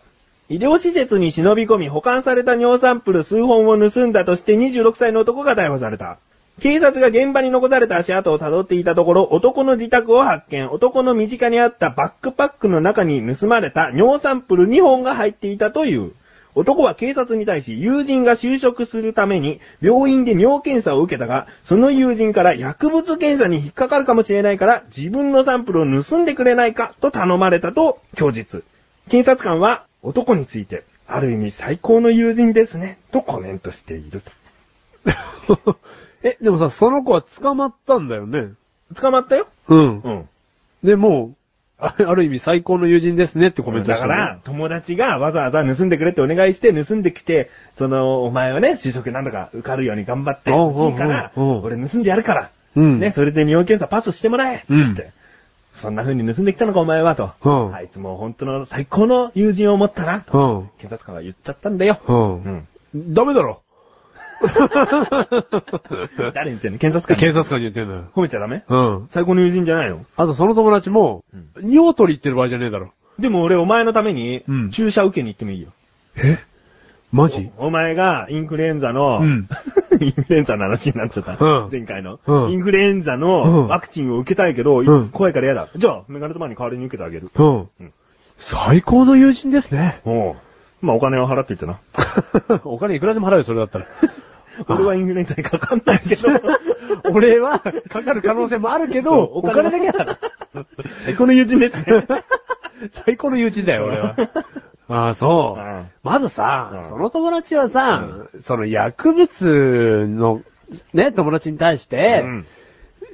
A: 医療施設に忍び込み保管された尿サンプル数本を盗んだとして26歳の男が逮捕された。警察が現場に残された足跡を辿っていたところ、男の自宅を発見、男の身近にあったバックパックの中に盗まれた尿サンプル2本が入っていたという。男は警察に対し、友人が就職するために、病院で尿検査を受けたが、その友人から薬物検査に引っかかるかもしれないから、自分のサンプルを盗んでくれないか、と頼まれたと供述。検察官は、男について、ある意味最高の友人ですね、とコメントしていると。
C: え、でもさ、その子は捕まったんだよね。
A: 捕まったよ
C: うん。
A: ん。
C: でも、あある意味最高の友人ですねってコメント
A: だ
C: した
A: か
C: のね、
A: ら、友達がわざわざ盗んでくれってお願いして、盗んできて、その、お前はね、就職なんとか受かるように頑張ってほしいから、
C: おうおうおうおう
A: 俺盗んでやるから、
C: うん
A: ね、それで尿検査パスしてもらえ、
C: うん
A: って。そんな風に盗んできたのかお前は、と。
C: うん
A: あいつも本当の最高の友人を持ったな、と。
C: うん。
A: 警察官が言っちゃったんだよ。
C: うん。
A: ん。
C: ダメだろ。
A: 誰に言ってんの検察官に
C: 警察官に言ってんだよ。
A: 褒めちゃダメ
C: うん。
A: 最高の友人じゃないの
C: あとその友達も、尿取り行ってる場合じゃねえだろ。
A: でも俺お前のために
C: うん、
A: 注射受けに行ってもいいよ。
C: えマジ
A: お前がインフルエンザの、
C: うん
A: <laughs> インフルエンザの話になっちゃった。
C: うん
A: 前回の、
C: うん
A: インフルエンザ
C: うん
A: のワクチンを受けたいけど、いつ
C: うん
A: 怖いから嫌だ。じゃあ、メガネとマンに代わりに受けてあげる。
C: うん
A: うん。
C: 最高の友人ですね。 <laughs>
A: おうまあ、お金を払っていってな。
C: お金いくらでも払うよ、それだったら。 <laughs>
A: 俺はインフルエンザにかかんないけど。
C: 俺は、かかる可能性もあるけど、
A: そう
C: お金 <laughs> だけだから。
A: <laughs> 最高の友人ですね。
C: <laughs> 最高の友人だよ、俺は。ああ、そう。
A: うん
C: まずさ、
A: うん
C: その友達はさ、その薬物の、ね、友達に対して、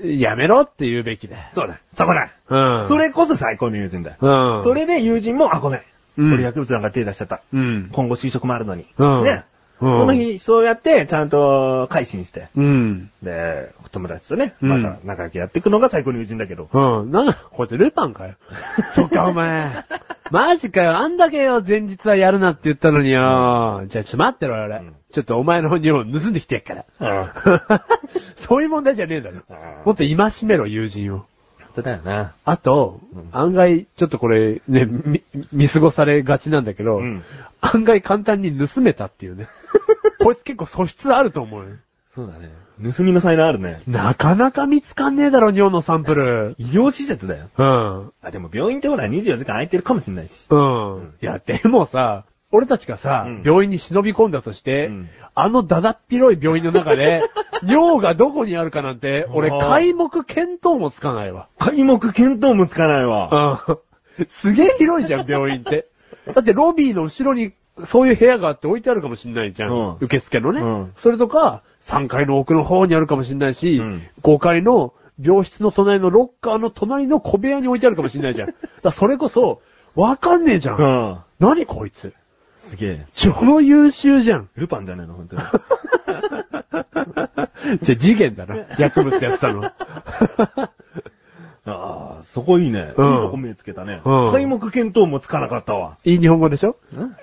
A: うん。
C: やめろって言うべきだよ。
A: そうだ。そこだ。
C: うん。
A: それこそ最高の友人だ。
C: うん。
A: それで友人も、あ、ごめん。
C: うん
A: 俺薬物なんか手出しちゃった。
C: うん。
A: 今後就職もあるのに。
C: うん
A: ね。
C: うん
A: その日、そうやって、ちゃんと、改心して。
C: うん。
A: で、友達とね、
C: うん
A: また仲良くやっていくのが最高の友人だけど。
C: うん。なんだ、こいつルパン
A: <laughs>
C: かよ。そっか、お前。マジかよ。あんだけよ、前日はやるなって言ったのによ。じゃあ、ちょっと待ってろよ、俺。
A: うん
C: ちょっとお前の本を盗んできてやっ
A: <laughs>
C: から。
A: うん。
C: そういう問題じゃねえだろ。もっと戒めろ、友人を。
A: 当だよな。
C: あと、
A: うん
C: 案外、ちょっとこれ、ね、み見過ごされがちなんだけど、
A: うん
C: 案外簡単に盗めたっていうね。こいつ結構素質あると思うよ。
A: そうだね。盗みの才能あるね。
C: なかなか見つかんねえだろ、尿のサンプル。
A: 医療施設だよ。
C: うん。
A: あ、でも病院ってほら24時間空いてるかもしれないし。
C: うん。
A: ん
C: いや、でもさ、俺たちがさ、
A: うん
C: 病院に忍び込んだとして、
A: うん
C: あのだだっ広い病院の
A: <laughs>
C: 中で、尿がどこにあるかなんて、俺、
A: あー
C: 皆目見当もつかないわ。
A: 開目見当もつかないわ。
C: うん。 <laughs> すげえ広いじゃん、病院
A: <laughs>
C: って。だって、ロビーの後ろに、そういう部屋があって置いてあるかもしんないじゃん。
A: うん
C: 受付のね、
A: うん
C: それとか、3階の奥の方にあるかもしんないし、
A: うん
C: 5階の病室の隣のロッカーの隣の小部屋に置いてあるかもし
A: <laughs>
C: んないじゃん。だからそれこそ、わかんねえじゃん。
A: うん。
C: 何こいつ
A: すげえ。
C: 超優秀じゃん。
A: ルパンじゃないの、本当に。
C: じゃ、次元
A: <laughs>
C: だな。薬物やってたの。
A: ああ、そこいいね。
C: うん
A: いいとこ見つけたね。
C: うん
A: 開目見当もつかなかったわ。
C: いい日本語でしょ
A: ん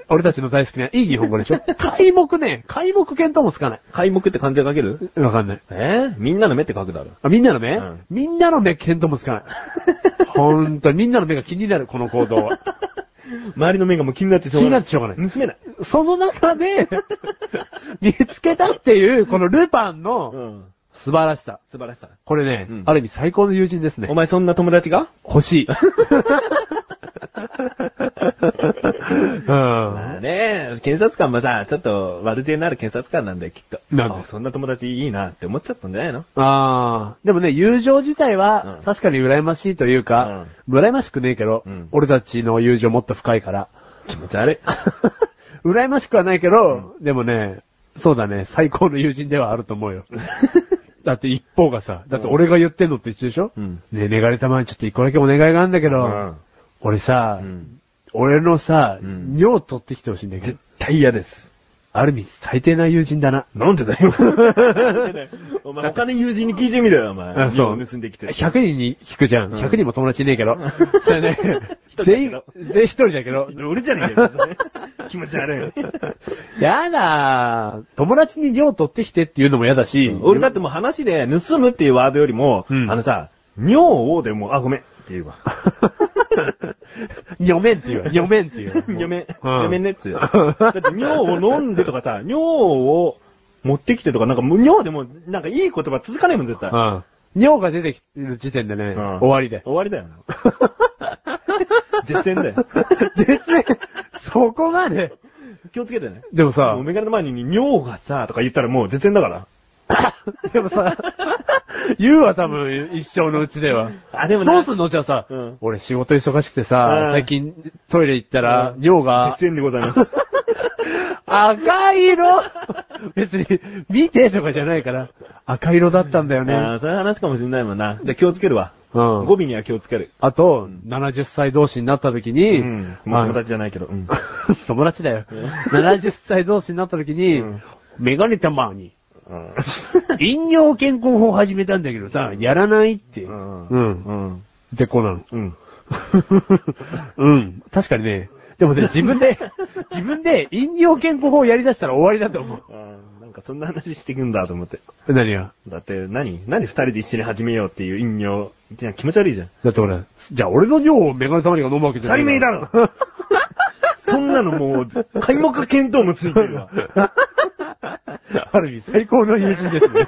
C: 俺たちの大好きな、いい日本語でしょ開目ね、開目見当もつかない。
A: 開目って漢字で書ける
C: わかんない。
A: えーみんなの目って書くだろ。
C: あ、みんなの目、
A: うん
C: みんなの目見当もつかない。ほんと、みんなの目が気になる、この行動は。
A: 周りの目がもう気になってしょうがない。。
C: 気になってしょうがない
A: 盗めない。
C: その中で、見つけたっていう、このルパン
A: う
C: の
A: ん。
C: 素晴らしさ。
A: 素晴らしさ。
C: これね、
A: うん
C: ある意味最高の友人ですね
A: お。前そんな友達が <laughs>
C: 欲しい。うん
A: まあね、検察官もさ、ちょっと悪知恵のある検察官なんだよ、きっと。
C: なんで
A: あそんな友達いいなって思っちゃったんじゃないの
C: ああ、でもね、友情自体
A: う
C: は
A: ん
C: 確かに羨ましいというか、羨ましくねえけど、
A: うん
C: 俺たちの友情もっと深いから。 <laughs>
A: 気持ち悪い。
C: 羨ましくはないけど、でもね、そうだね、最高の友人ではあると思
A: <laughs>
C: うよ。だって一方がさ、だって俺が言ってんのと一緒でしょ、
A: うん
C: ねえ、願われたまにちょっと一個だけお願いがあるんだけど、
A: うん
C: 俺さ、
A: うん
C: 俺のさ、
A: うん
C: 尿取ってきてほしいんだけど
A: 絶、対嫌です。
C: ある意味最低な友人だな。
A: なんでだよ。お前他の友人に聞いてみろよ、お前。
C: あそう。
A: 日本盗んできて。
C: 100人に聞くじゃん。
A: うん
C: 100人も友達いね
A: <laughs>
C: えけど。それね
A: 一人だけど、
C: 全員、全員一人だけど。
A: 俺じゃねえよ。 <laughs> 気持ち悪い。
C: やだー。友達に量取ってきてっていうのもやだし。
A: 俺だってもう話で盗むっていうワードよりも、
C: うん
A: あのさ、尿をでも、あ、ごめんって言うわ。
C: にょめんって言うわ。にょめんって言
A: <laughs>
C: うわ。
A: ごめん、
C: うん
A: ごめんねっつう。だって尿を飲んでとか <laughs> さ、尿を持ってきてとか、なんかもう尿でも、なんかいい言葉続かないもん絶対。
C: うん。尿が出てきてる時点でね、
A: うん
C: 終わりで。
A: <laughs> 終わりだよな。絶縁だよ。
C: 絶対、そこまで。
A: 気をつけてね。
C: でもさ
A: もう、メガネの前に尿がさ、とか言ったらもう絶縁だから。
C: でもさ、 <laughs> 言うわ多分、一生のうちでは。
A: あ、でも
C: どうす
A: ん
C: んのじゃあさ、
A: うん
C: 俺仕事忙しくてさ
A: う、ん
C: 最近トイレ行ったら、尿が
A: 絶縁でござ <laughs> います。
C: 赤色 <laughs> 別に、見てとかじゃないから、赤色だったんだよ
A: あ
C: ね。
A: ーそういう話かもしれないもんな。じゃあ気をつけるわ。
C: うん
A: 語尾には気をつける。
C: あと、70歳同士になった時に、
A: うん。もう
C: まあ
A: 友達じゃないけど。うん。
C: <laughs> 友達だよ。70歳同士になった時に、
A: うん
C: メガネたまに、
A: <laughs> うん
C: 飲尿健康法始めたんだけどさ、やらないって。
A: うん
C: うん。
A: うん。
C: 絶好なの。 <laughs>
A: うん。
C: うん。確かにね。でもね、自分で、自分で飲尿健康法をやり出したら終わりだと思う。
A: なんかそんな話してくんだと思って。
C: 何が
A: だって何、何二人で一緒に始めようっていう飲料。いや気持ち悪いじゃん。
C: だって俺、じゃあ俺の尿をメガネたまりが飲むわけじゃない。
A: 対面だろ <laughs> そんなのもう、開目見当もついてるわ。
C: <laughs> ある意味最高の友人です <laughs> ね。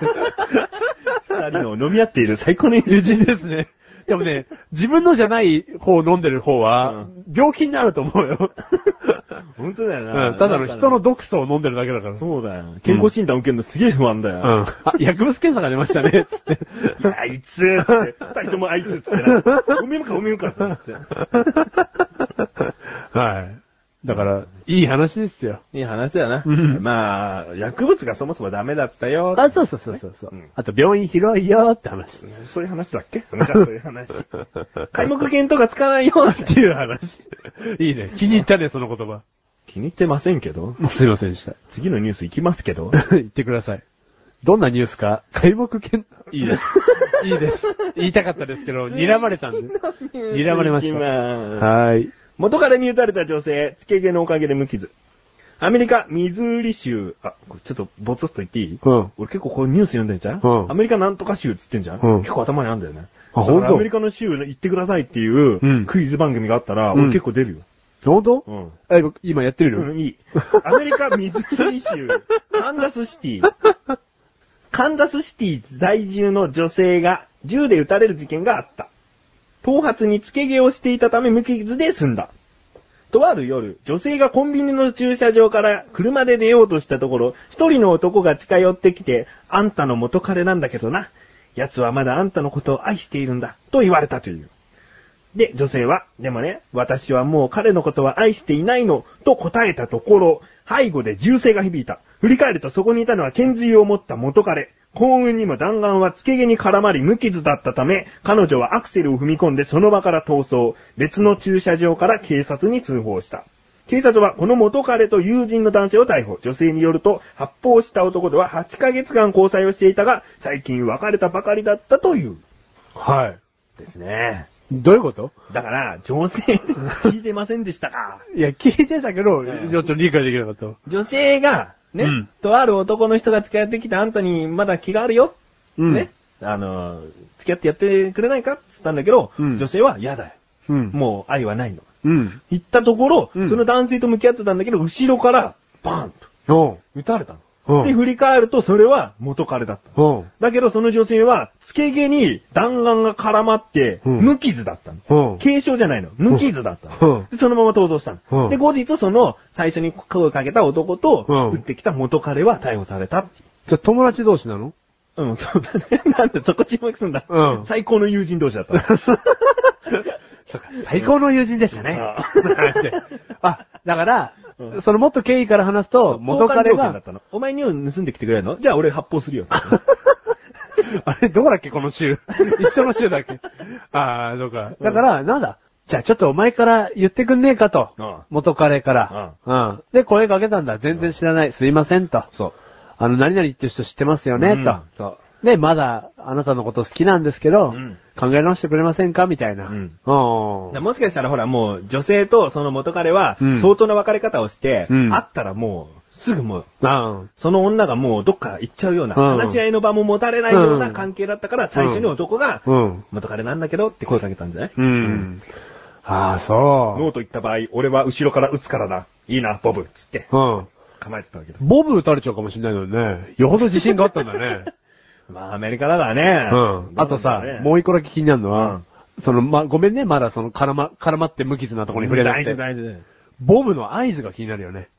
A: 二人の飲み合っている最高の友
C: 友
A: 人。
C: 人ですね。でもね、自分のじゃない方を飲んでる方
A: う
C: は、病気になると思うよ。
A: 本当だよ
C: う
A: な。
C: ん、ただの人の。毒素を飲んでるだけだから。
A: そうだよ。健康診断受けるのすげえ不安だ
C: う
A: よ。
C: ん。あ、薬物検査が出ましたね、つって。
A: いやあいつつって。二人ともあいつつってな。おめむかおめむかつって。
C: はい。だから、いい話ですよ。
A: いい話だな。
C: うん
A: まあ、薬物がそもそもダメだったよ。
C: あ、そうそうそうそうそう、
A: うん
C: あと、病院広いよーって話。
A: そういう話だっけじゃあそういう <laughs> 話。開目検とかつかないよっ
C: ってていう話。いいね。気に入ったね、その言葉。
A: 気に入ってませんけど。
C: もうすいませんでした。
A: 次のニュース行きます
C: <laughs>
A: けど。
C: 言ってください。どんなニュースか開目検、いいです。 <laughs> いいです。言いたかったですけど、睨まれたんで。睨まれま
A: <laughs>
C: し
A: 次
C: た
A: 行きます
C: はーい。
A: 元からに打たれた女性、つけ毛のおかげで無傷。アメリカ、ミズーリ州、あ、これちょっとボツっと言っていい
C: うん。
A: 俺結構こうニュース読んでんじゃん、
C: うん
A: アメリカなんとか州っつってんじゃん、
C: うん
A: 結構頭にあんだよね。
C: あ
A: だから
C: ほんと
A: アメリカの州行ってくださいってい
C: うん
A: うクイズ番組があったら、
C: うん
A: 俺結構出るよ。
C: 本当
A: うん。
C: あ今今やってみる、
A: うん、いい。アメリカ、ミズーリ州、カンザスシティ。カンザスシティ在住の女性が銃で撃たれる事件があった。頭髪に付け毛をしていたため無傷で済んだ。とある夜、女性がコンビニの駐車場から車で出ようとしたところ、一人の男が近寄ってきて、あんたの元彼なんだけどな。奴はまだあんたのことを愛しているんだ。と言われたという。で、女性は、でもね、私はもう彼のことは愛していないの、と答えたところ、背後で銃声が響いた。振り返るとそこにいたのは剣髄を持った元彼。幸運にも弾丸は付け毛に絡まり無傷だったため、彼女はアクセルを踏み込んでその場から逃走。別の駐車場から警察に通報した。警察はこの元彼と友人の男性を逮捕。女性によると、発砲した男とは8ヶ月間交際をしていたが、最近別れたばかりだったという。
C: はい。
A: ですね。
C: どういうこと
A: だから、女性、聞いてませんでしたか
C: いや、聞いてたけど、
A: ん
C: ちょっと理解できなかったわ。
A: <laughs> 女性が、ね、
C: うん
A: とある男の人が付き合ってきたあんたにまだ気があるよ。
C: うん
A: ね。あの、付き合ってやってくれないかって言ったんだけど、
C: うん
A: 女性は嫌だよ。
C: うんも
A: もう愛はないの。
C: う。うん。
A: 言ったところ、
C: うん
A: その男性と向き合ってたんだけど、後ろから、バーンと
C: おう。
A: 撃たれた
C: う
A: の。
C: ん
A: で、振り返ると、それは元彼だった。
C: おう。
A: だけど、その女性は、付け毛に弾丸が絡まって、
C: うん
A: 無傷だったの。
C: おう。
A: 軽傷じゃないの。無傷だった
C: うん
A: の。でそのまま逃走した
C: うん
A: の。で、後日その最初に声をかけた男と、
C: うん
A: 撃ってきた元彼は逮捕された。
C: じゃ、友達同士なの
A: うん、そうだね。 <laughs> なんでそこ注目すんだ
C: う。ん
A: 最高の友人同士だったの。
C: そうか、最高の友人でしたね。 <laughs> あ、だから、
A: うん
C: そのもっと経緯から話すと、元彼
A: 交換条件だ
C: が
A: っ、たの。お前にを盗んできてくれるのじゃあ俺発砲する
C: <laughs>
A: よ。
C: あれ、どこだっけこの週。 <laughs> 一緒の週だっけああ、そうか。だから、なんだ。じゃあちょっとお前から言ってくんねえかと。
A: うん
C: 元彼から、うん。で、声かけたんだ。全然知らない。すいませんと。
A: そう。
C: あの、何々言ってる人知ってますよね、
A: うん
C: と。
A: そう。
C: で、まだ、あなたのこと好きなんですけど、
A: うん
C: 考え直してくれませんかみたいな。
A: うん
C: お
A: だ
C: ー
A: からもしかしたらほらもう女性とその元彼は
C: うん
A: 相当な別れ方をして、
C: うん
A: 会ったらもうすぐもう
C: うん。
A: その女がもうどっか行っちゃうような、
C: うん
A: 話し合いの場も持たれないよう
C: う
A: なん関係だったから、最初に男が、
C: うん。
A: 元彼なんだけどって声かけたんじゃない
C: うん。ああ、
A: ノ
C: そ
A: ーと言った場合、俺は後ろから撃つからな。いいな、ボブ。つって、
C: う。うん。
A: 構えてたわけだ。
C: ボブ撃たれちゃうかもしれないのにね。よほど自信があったんだ <laughs> ね。
A: まあ、アメリカだからね。
C: うん。あとさ、もう
A: 一
C: 一個だけ気になるのは、
A: うん
C: その、ま、ごめんね、まだその、絡ま、絡まって無傷なところに触れなく
A: 大
C: て
A: 事、。大事。
C: ボブの合図が気になるよ <laughs> ね。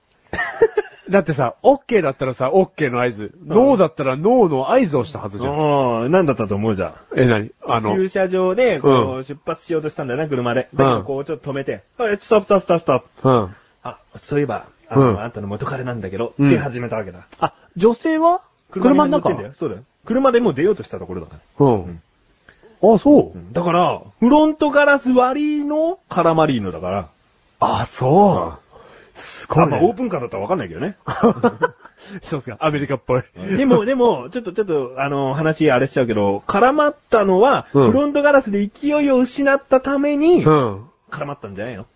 C: だってさ、オッケーだったらさ、オッケーの合図。ノーだったらノーの合図をしたはずじゃん。
A: うん、なんだったと思うじゃん。
C: え、なにあの、
A: 駐車場で、
C: う
A: こ
C: ん
A: う、出発しようとしたんだよな、車で。だけど、こう、ちょっと止めて、はい、ストップ、ストップ、ストップ、ストップ。
C: うん。
A: あ、そういえば、あの、
C: うん
A: あんたの元彼なんだけど、
C: うん
A: って始めたわけだ。
C: あ、女性は車の中
A: に乗ってんだよそうだよ。車でもう出ようとしたところだから。
C: うん。あ、そう。
A: だから、フロントガラス割りのカラマリーノだから、
C: あ、そう。すご
A: あ
C: い、
A: まあオー
C: ね。
A: プンカーだったらわかんないけどね。
C: そうっすか、アメリカっぽい。
A: <laughs> でも、でも、ちょっと、ちょっと、あの、話あれしちゃうけど、絡まったのは、
C: うん
A: フロントガラスで勢いを失ったために、
C: うん。
A: 絡まったんじゃないの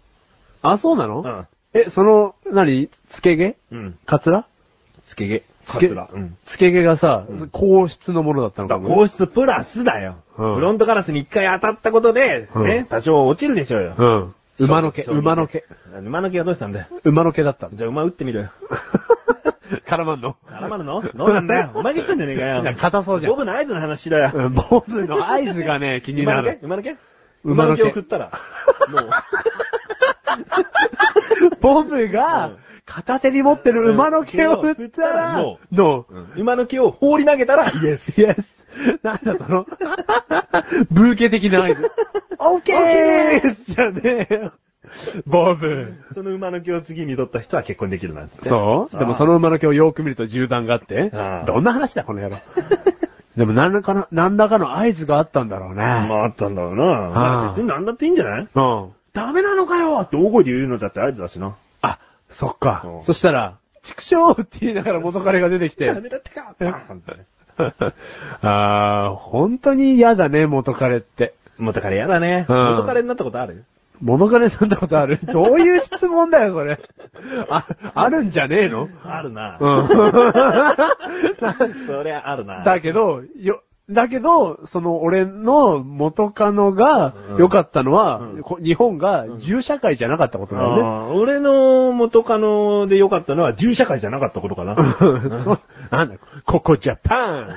C: あ、そうなの、
A: うん。
C: え、その、なに、つけ毛
A: うん。
C: カツラ
A: つけ毛。
C: つ
A: カ
C: け
A: ツラ。うん。
C: つけ毛がさ、
A: うん
C: 硬質のものだったのか
A: だ
C: も
A: か
C: ね
A: ら皇室プラスだよ。
C: うん
A: フロントガラスに一回当たったことで、
C: うん
A: ね、多少落ちるでしょうよ。
C: うん。馬の毛、
A: そうそう
C: 馬の毛。
A: 馬の毛はどうしたんだよ。
C: 馬の毛だったの。
A: じゃあ馬打ってみろよ。
C: 絡まんの
A: 絡まるのどうなん
C: <laughs>
A: だよ。お前が言ったんじゃねえか
C: いや
A: よ。
C: 硬そうじゃん
A: ボブの合図の話しろよ。
C: うんボブの合図が
A: <laughs>
C: ね、気にな
A: 馬の
C: る
A: 毛。馬の毛
C: 馬
A: 馬
C: の
A: の
C: 毛
A: 毛を食ったら、もう。
C: ボブが、片手に持ってる馬の毛を振ったら、
A: うん
C: の、
A: 馬の毛を放り投げたら、イエス。
C: イエス。なんだその、 <laughs> ブーケ的な合図。オッケーじゃねえよ。ボブ。
A: その馬の毛を次に取った人は結婚できるなんつって。
C: そう
A: さあ
C: でもその馬の毛をよく見ると銃弾があって
A: ああ、
C: どんな話だ、この野郎。でも何らかの、何らかの合図があったんだろうね。
A: まああったんだろうな。まあ別に何だっていいんじゃない
C: うん。
A: ダメなのかよって大声で言うのだって合図だしな。
C: あ、そっか
A: うん。
C: そしたら、畜生って言いながら元彼が出てきて
A: ダ。メだったかバーンって。
C: <laughs> あー、本当に嫌だね、元彼って。
A: 元彼やだね。
C: うん
A: 元彼になったことある
C: 元彼なんだことあるどういう質問だよ、それ。あ、あるんじゃねえの
A: あるな。
C: うん。
A: <laughs> そりゃあるな。
C: だけど、よ、だけど、その俺の元カノが
A: うん
C: 良かったのは、
A: うん
C: こ日本が銃社会じゃなかったことだよね。
A: あー俺の元カノで良かったのは銃社会じゃなかったことかな。
C: <laughs> そうなんだ、ここジャパ
A: <laughs>
C: ン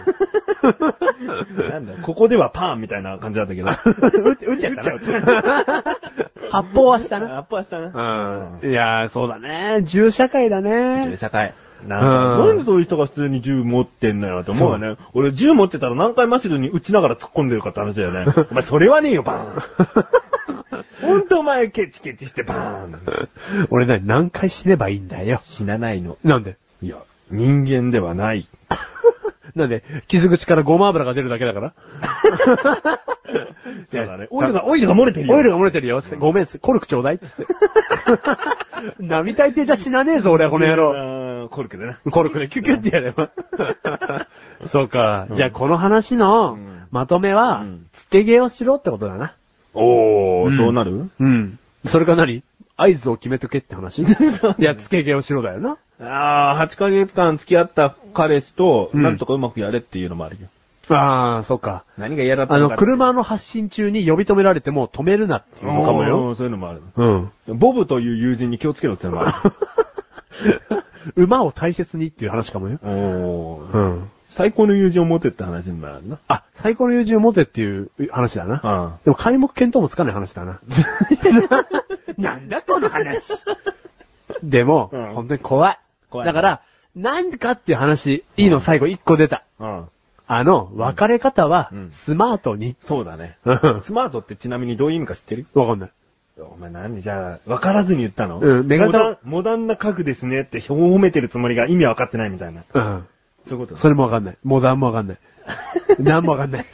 A: なんだ、ここではパーンみたいな感じだった
C: <laughs>
A: けど。撃っちゃった。撃っちゃった。
C: 発砲はしたな。
A: アップはしたな。
C: うん。いやー、そうだね。銃社会
A: 銃
C: だね。
A: 社会。なんか
C: うん
A: なんでそういう人が普通に銃持ってんのよと思うよね。俺銃持ってたら何回マシルに撃ちながら突っ込んでるかって話だよね。お前それはねえよ、バー
C: <laughs>
A: ン。ほんとお前ケチケチしてバーン。
C: 俺な、何回死ねばいいんだよ。
A: 死なないの。
C: なんで
A: いや、人間ではない。
C: なんで傷口からごま油が出るだけだから
A: そうだね。オイルが、オイルが漏れてるよ。
C: オイルが漏れてるよ。つってごめん、つってコルクちょうだい。つって。並大抵じゃ死なねえぞ、俺はこの野郎。
A: 郎。コルクでな。
C: コルクでキュキュってやれば。そうか。じゃあこの話の
A: うん
C: まとめは
A: うん、
C: つけ毛をしろってことだな。
A: お
C: うん
A: る
C: うん。それか何合図を決めとけって話いや、つけ毛をしろだよな。
A: ああ、8ヶ月間付き合った彼氏と、
C: うん
A: なんとかうまくやれっていうのもあるよ。
C: ああ、そうか。
A: 何が嫌だった
C: あ
A: の
C: の、
A: か。
C: 車の発進中に呼び止められても止めるなっていうのかも
A: おー
C: よ。
A: そういうのもある。
C: うん。
A: ボブという友人に気をつけろっていうのもある。
C: <laughs> 馬を大切にっていう話かもよ。
A: <laughs> お
C: う
A: ー
C: ん。
A: 最高の友人を持てって話にもあるな。
C: あ、最高の友人を持てっていう話だな。
A: あ
C: でも、開目見当もつかない
A: <laughs>
C: 話だな。なんだこの話。でも、
A: うん
C: 本当に怖い。
A: 怖い
C: だから、なんかっていう話、いいの最後一個出た。
A: あ。うん。
C: あの、別れ方は
A: うん、
C: スマートに。
A: そうだね。
C: うんわ
A: スマートってちなみにどういう意味か知ってる
C: かんない。
A: お前なんでじゃあ、わからずに言ったの
C: うんメガネ
A: モダン、モダンな家具ですねって褒めてるつもりが意味わかってないみたいな。
C: うん。
A: そういうこと
C: それもわかんない。もう何も
A: <laughs>
C: わかんない。何もわかんない。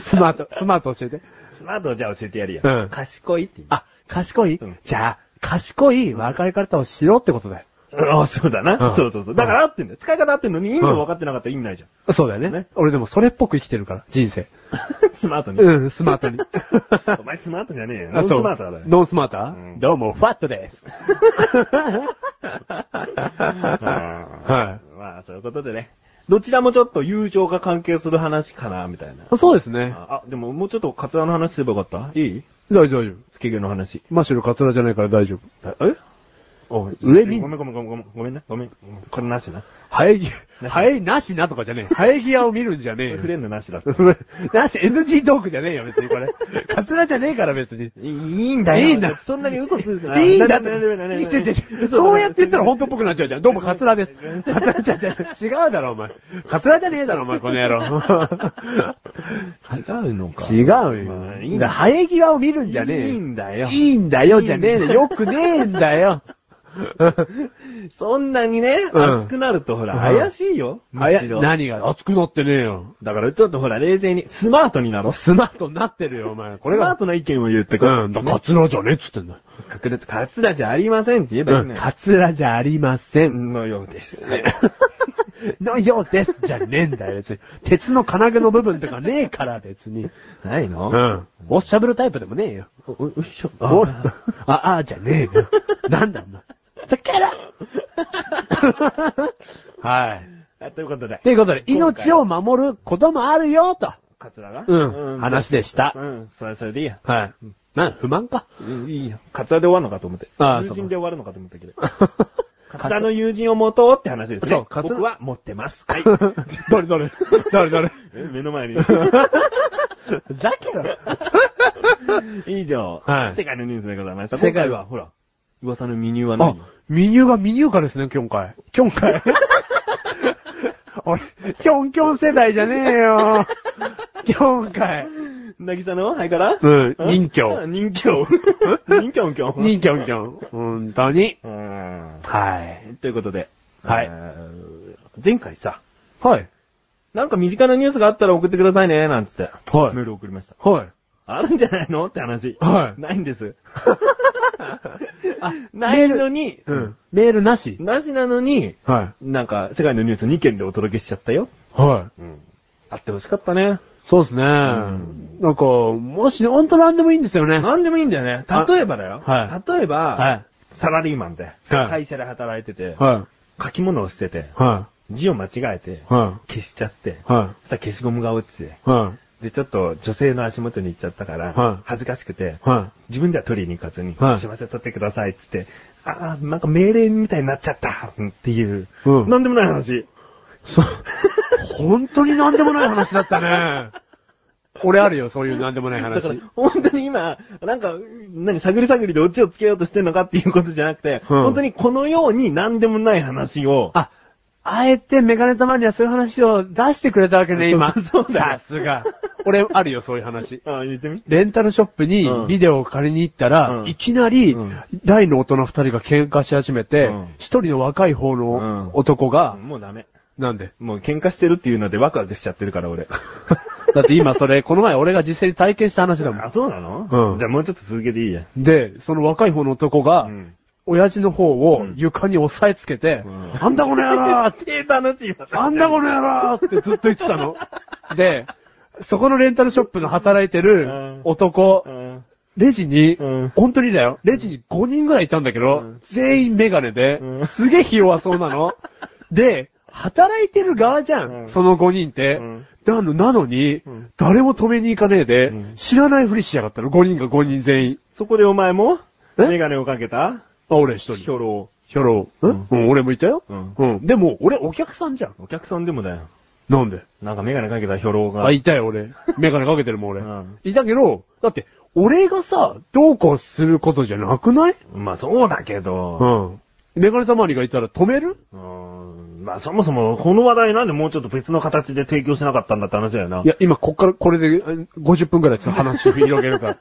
C: スマート、スマート教えて。
A: スマートをじゃあ教えてやるよ。
C: うん
A: 賢いって言う。
C: あ、賢い、
A: うん
C: じゃあ、賢い別れ方をしろってことだよ。
A: ああ、そうだな、
C: うん
A: そうそうそう。だから合ってんだよ。使い方合ってんのに意味も分かってなかったら意味ないじゃん。
C: そうだよね。
A: ね
C: 俺でもそれっぽく生きてるから、人生。
A: <laughs> スマートに。
C: うん、スマートに。
A: お前スマートじゃねえよ。<laughs> ノ
C: あ
A: ンス
C: そう
A: マートだよ。
C: ノンスマーター、
A: うん
C: どうも、ファットです。
A: は。
C: はい
A: まあ、そういうことでね。どちらもちょっと友情が関係する話かな、みたいな。
C: <laughs> そうですね。
A: あ、でももうちょっとカツラの話すればよかったいい
C: 大丈夫、大丈夫。
A: つけ毛の話。
C: マシュルカツラじゃないから大丈夫。
A: あえおい
C: 上に
A: ごめんごめんごめんごめん。ごめんな。ごめん。これなしな。
C: 生えぎ、
A: なし
C: 生えなしなとかじゃねえ。生え際を見るんじゃねえよ
A: 触。れんのなしだ。
C: <laughs> なし、NG トークじゃねえよ、別に
A: <laughs>
C: これ。カツラじゃねえから、別に。
A: いいんだよ。
C: いいんだ
A: そんなに嘘ついて
C: いいん
A: な
C: だ
A: ななな
C: ちょちょちょそうやって言ったら本当っぽくなっちゃうじゃん。どうも、カツラです。カツラじゃ、じゃ、違うだろ、お前。カツラじゃねえだろ、お前、この
A: <laughs>
C: 野郎。
A: 違うのか。
C: 違う
A: まあ
C: よ。
A: い
C: い
A: い
C: い
A: ん
C: ん
A: だ
C: だ。生え際を見るんじゃねえ
A: いいんだよ
C: いいんだよ、じゃねえの。よくねえんだよ。
A: そんなにね、
C: うん
A: 熱くなるとほら、
C: うん
A: 怪しいよ。む
C: あや
A: しろ。
C: 何が熱くなってねえよ。
A: だからちょっとほら、冷静に、スマートになろう。
C: スマートになってるよ、お前。こ
A: これス
C: れ
A: マー
C: が。
A: トな意見を言ってこ
C: うん、だカツラじゃねえっつってんだよ。
A: 隠れて、カツラじゃありませんって言えばいい
C: うん、
A: ね。
C: カツラじゃありません。
A: のようです。
C: <laughs> のようです。じゃねえんだよ、別に。鉄の金具の部分とかねえから、別に。
A: ないの
C: うん。おっしゃぶるタイプでもねえよ。
A: お、おいしょ。
C: おあ、あ、じゃねえよ。なんだお前。ざけろ <laughs> はい。
A: あということで
C: と。いうことで、命を守ることもあるよ、と。
A: カツラが
C: うん話でした
A: うん。それ、それでいいや。
C: はい。なん、不満か。
A: うんいい
C: <laughs>
A: よ。カツラで終わるのかと思って。
C: ああ
A: 友
C: そう
A: 人
C: か
A: で終わるのかと思ったけど。カツラの友人を持とうって話ですね。
C: そうカツラ
A: 僕は持ってます。はい。
C: <laughs> どれどれどれどれ <laughs>
A: え <laughs> 目の前に。
C: ざけろ
A: 以上、
C: はい
A: 世界のニュースでございました。
C: 世界
A: 今回は、ほら、噂のメニューは
C: あ
A: 何、
C: ミニューがミニューかですね、今回。今回。 <laughs> 俺、キョンキョン世代じゃねえよ。今回。
A: なぎさのはいから
C: うん任侠
A: 人気を。 <laughs> 人気をんきょん。
C: にんきょんきょん。本当に。
A: うん。
C: はい。
A: ということで。
C: はい
A: えー。前回さ、
C: はい。
A: なんか身近なニュースがあったら送ってくださいね、なんつって。
C: はい
A: メール送りました。
C: はい。
A: あるんじゃないのって話。
C: はい
A: ないん
C: <laughs>
A: です。
C: あ、
A: ないのに、
C: うん。メールなし
A: なしなのに、
C: は
A: なんか世界のニュース2件でお届けしちゃったよ。
C: い。はい。
A: あってほしかったね。
C: そうですね。
A: ん
C: なんか、もし、ほんとなんでもいいんですよね。
A: なんでもいいんだよね。例えばだよ。
C: はい
A: 例えば、
C: は
A: サラリーマンで、
C: はい
A: 会社で働いてて、
C: い。は
A: 書き物を捨てて
C: い。、は
A: 字を間違えて、
C: い。は
A: 消しちゃって、
C: い。は
A: そしたら消しゴムが落ちて、
C: い。は
A: で、ちょっと女性の足元に行っちゃったから、
C: はい
A: 恥ずかしくて、
C: い。は
A: 自分では取りに行かずに、
C: はい
A: すいません、取ってください、つって、ああ、なんか命令みたいになっちゃった、うんっていう、
C: うん
A: なんでもない話。
C: い。そう。 <laughs> 本当になんでもない話だったね。俺あるよ、そういうなんでもない
A: だから
C: 話。、
A: 本当に今、なんか、何、探り探りでオチをつけようとしてるのかっていうことじゃなくて、
C: うん
A: 本当にこのように何でもない話を、
C: あ、あえてメガネたまにはそういう話を出してくれたわけね、今。
A: そうそうそうだよ
C: さす
A: <laughs>
C: が。俺あるよ、そういう話。
A: ああ、言ってみ
C: レンタルショップに
A: うん
C: ビデオを借りに行ったら、
A: うん
C: いきなり
A: うん、
C: 大の大人二人が喧嘩し始めて
A: うん、
C: 一、人の若い方
A: うん
C: の男が、
A: もうダメ。
C: なんで
A: もう喧嘩してるっていうのでワクワクしちゃってるから、俺。
C: だって今それ、この前俺が実際に体験した話だも
A: あ、そうなの
C: うん
A: じゃあもうちょっと続けていいや。
C: ん。で、その若い方の男が、
A: ん。
C: 親父の方を
A: うん
C: 床に押さえつけて、
A: うん
C: あんだこの野郎って、
A: 手楽しいわ。
C: あんだこの野郎ってずっと言ってたの。で、そこのレンタルショップの働いて
A: うん
C: る男、
A: うん。
C: レジに、
A: うん
C: 本当にだよ、レジに5人ぐらいいたんだけ
A: う
C: ど、
A: ん
C: 全員メガネで、
A: うん
C: すげえひ弱そうなの。で、働いてる側じゃん、
A: うん
C: その5人って。
A: うん
C: なのなのに、
A: ん
C: 誰も止めに行かねえで、
A: うん
C: 知らないふりしやがったの、5人が5人全員。
A: そこでお前も、
C: え
A: メガネをかけた
C: あ、俺一
A: ヒ
C: 人。
A: ョロ
C: ヒョロ、うん、うん、俺もいたよ、
A: うん
C: でも、俺お客さんじゃん。
A: お客さんでもだよ。
C: なんで
A: なんかメガネかけたヒョロが。
C: あ、。いたよ、俺。メガネかけてるもん、俺。
A: うん
C: いたけど、だって、俺がさ、どうこうすることじゃなくない
A: まあそうだけ
C: う
A: ど。
C: ん。メガネたまりがいたら止める
A: うん。まあそもそも、この話題なんでもうちょっと別の形で提供しなかったんだって話だよな。
C: いや、今、こっから、これで、えー50分くらいちょっと話を広げるから。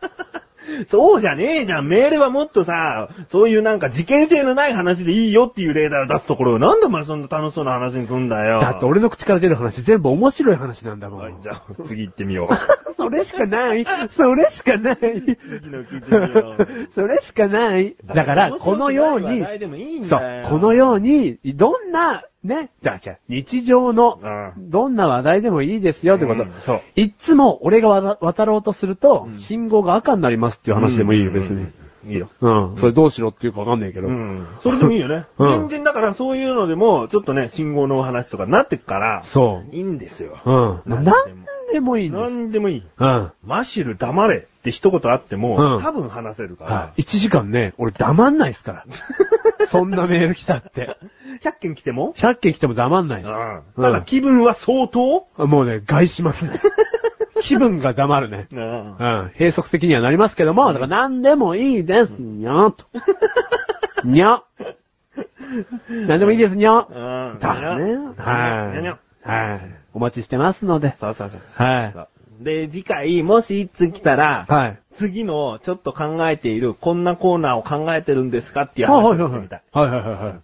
A: そうじゃねえじゃん。メールはもっとさ、そういうなんか事件性のない話でいいよっていう例題を出すところを、なんでお前そんな楽しそうな話にすんだよ。
C: だって、俺の口から出る話、全部面白い話なんだもん。
A: はい、じゃあ、次行ってみよ
C: <laughs>
A: う。
C: それしかないそれしかない
A: 次の聞いてみよう。
C: それしかないだから、このように
A: 面白くない話、題でもいいん
C: そ
A: だ
C: う
A: よ、
C: このように、どんな、ね、だじゃあ日常の、
A: うん
C: どんな話題でもいいですよってこと。
A: うんそう
C: いっつも俺がわた渡ろうとすると、
A: うん
C: 信号が赤になりますっていう話でもいいよ、別に。。
A: いいよ。
C: うん。それどうしろっていうかわかんないけど。
A: うん。それでもいいよね。
C: <laughs> うん
A: 全然だからそういうのでも、ちょっとね、信号のお話とかなってくから、
C: そ
A: いいんですよ。
C: う。うん。
A: なんでも
C: なんでもいいんです。
A: なんでもいい。
C: うん。
A: マシュル黙れって一言あっても、
C: うん
A: 多分話せるから、
C: はい。1時間ね、俺黙んないです <laughs> から。そんなメール来たって。
A: 100件来ても、
C: 100件来ても黙んないです。
A: ただ気分は相当、
C: もうね、害しますね。気分が黙るね。
A: うん
C: うん。閉塞的にはなりますけども、だから何でもいいです、にゃーと。にゃ。何でもいいです、にゃ。
A: うん
C: だね。
A: にゃに
C: は
A: ゃ
C: い。はい。お待ちしてますので。
A: そうそうそう。
C: はい。
A: で、次回、もしいつ来たら、
C: はい。
A: 次のちょっと考えている、こんなコーナーを考えてるんですかっていう
C: はいはい
A: 話
C: は
A: をし
C: い
A: て
C: はい
A: みたい。
C: はいはいはいはい。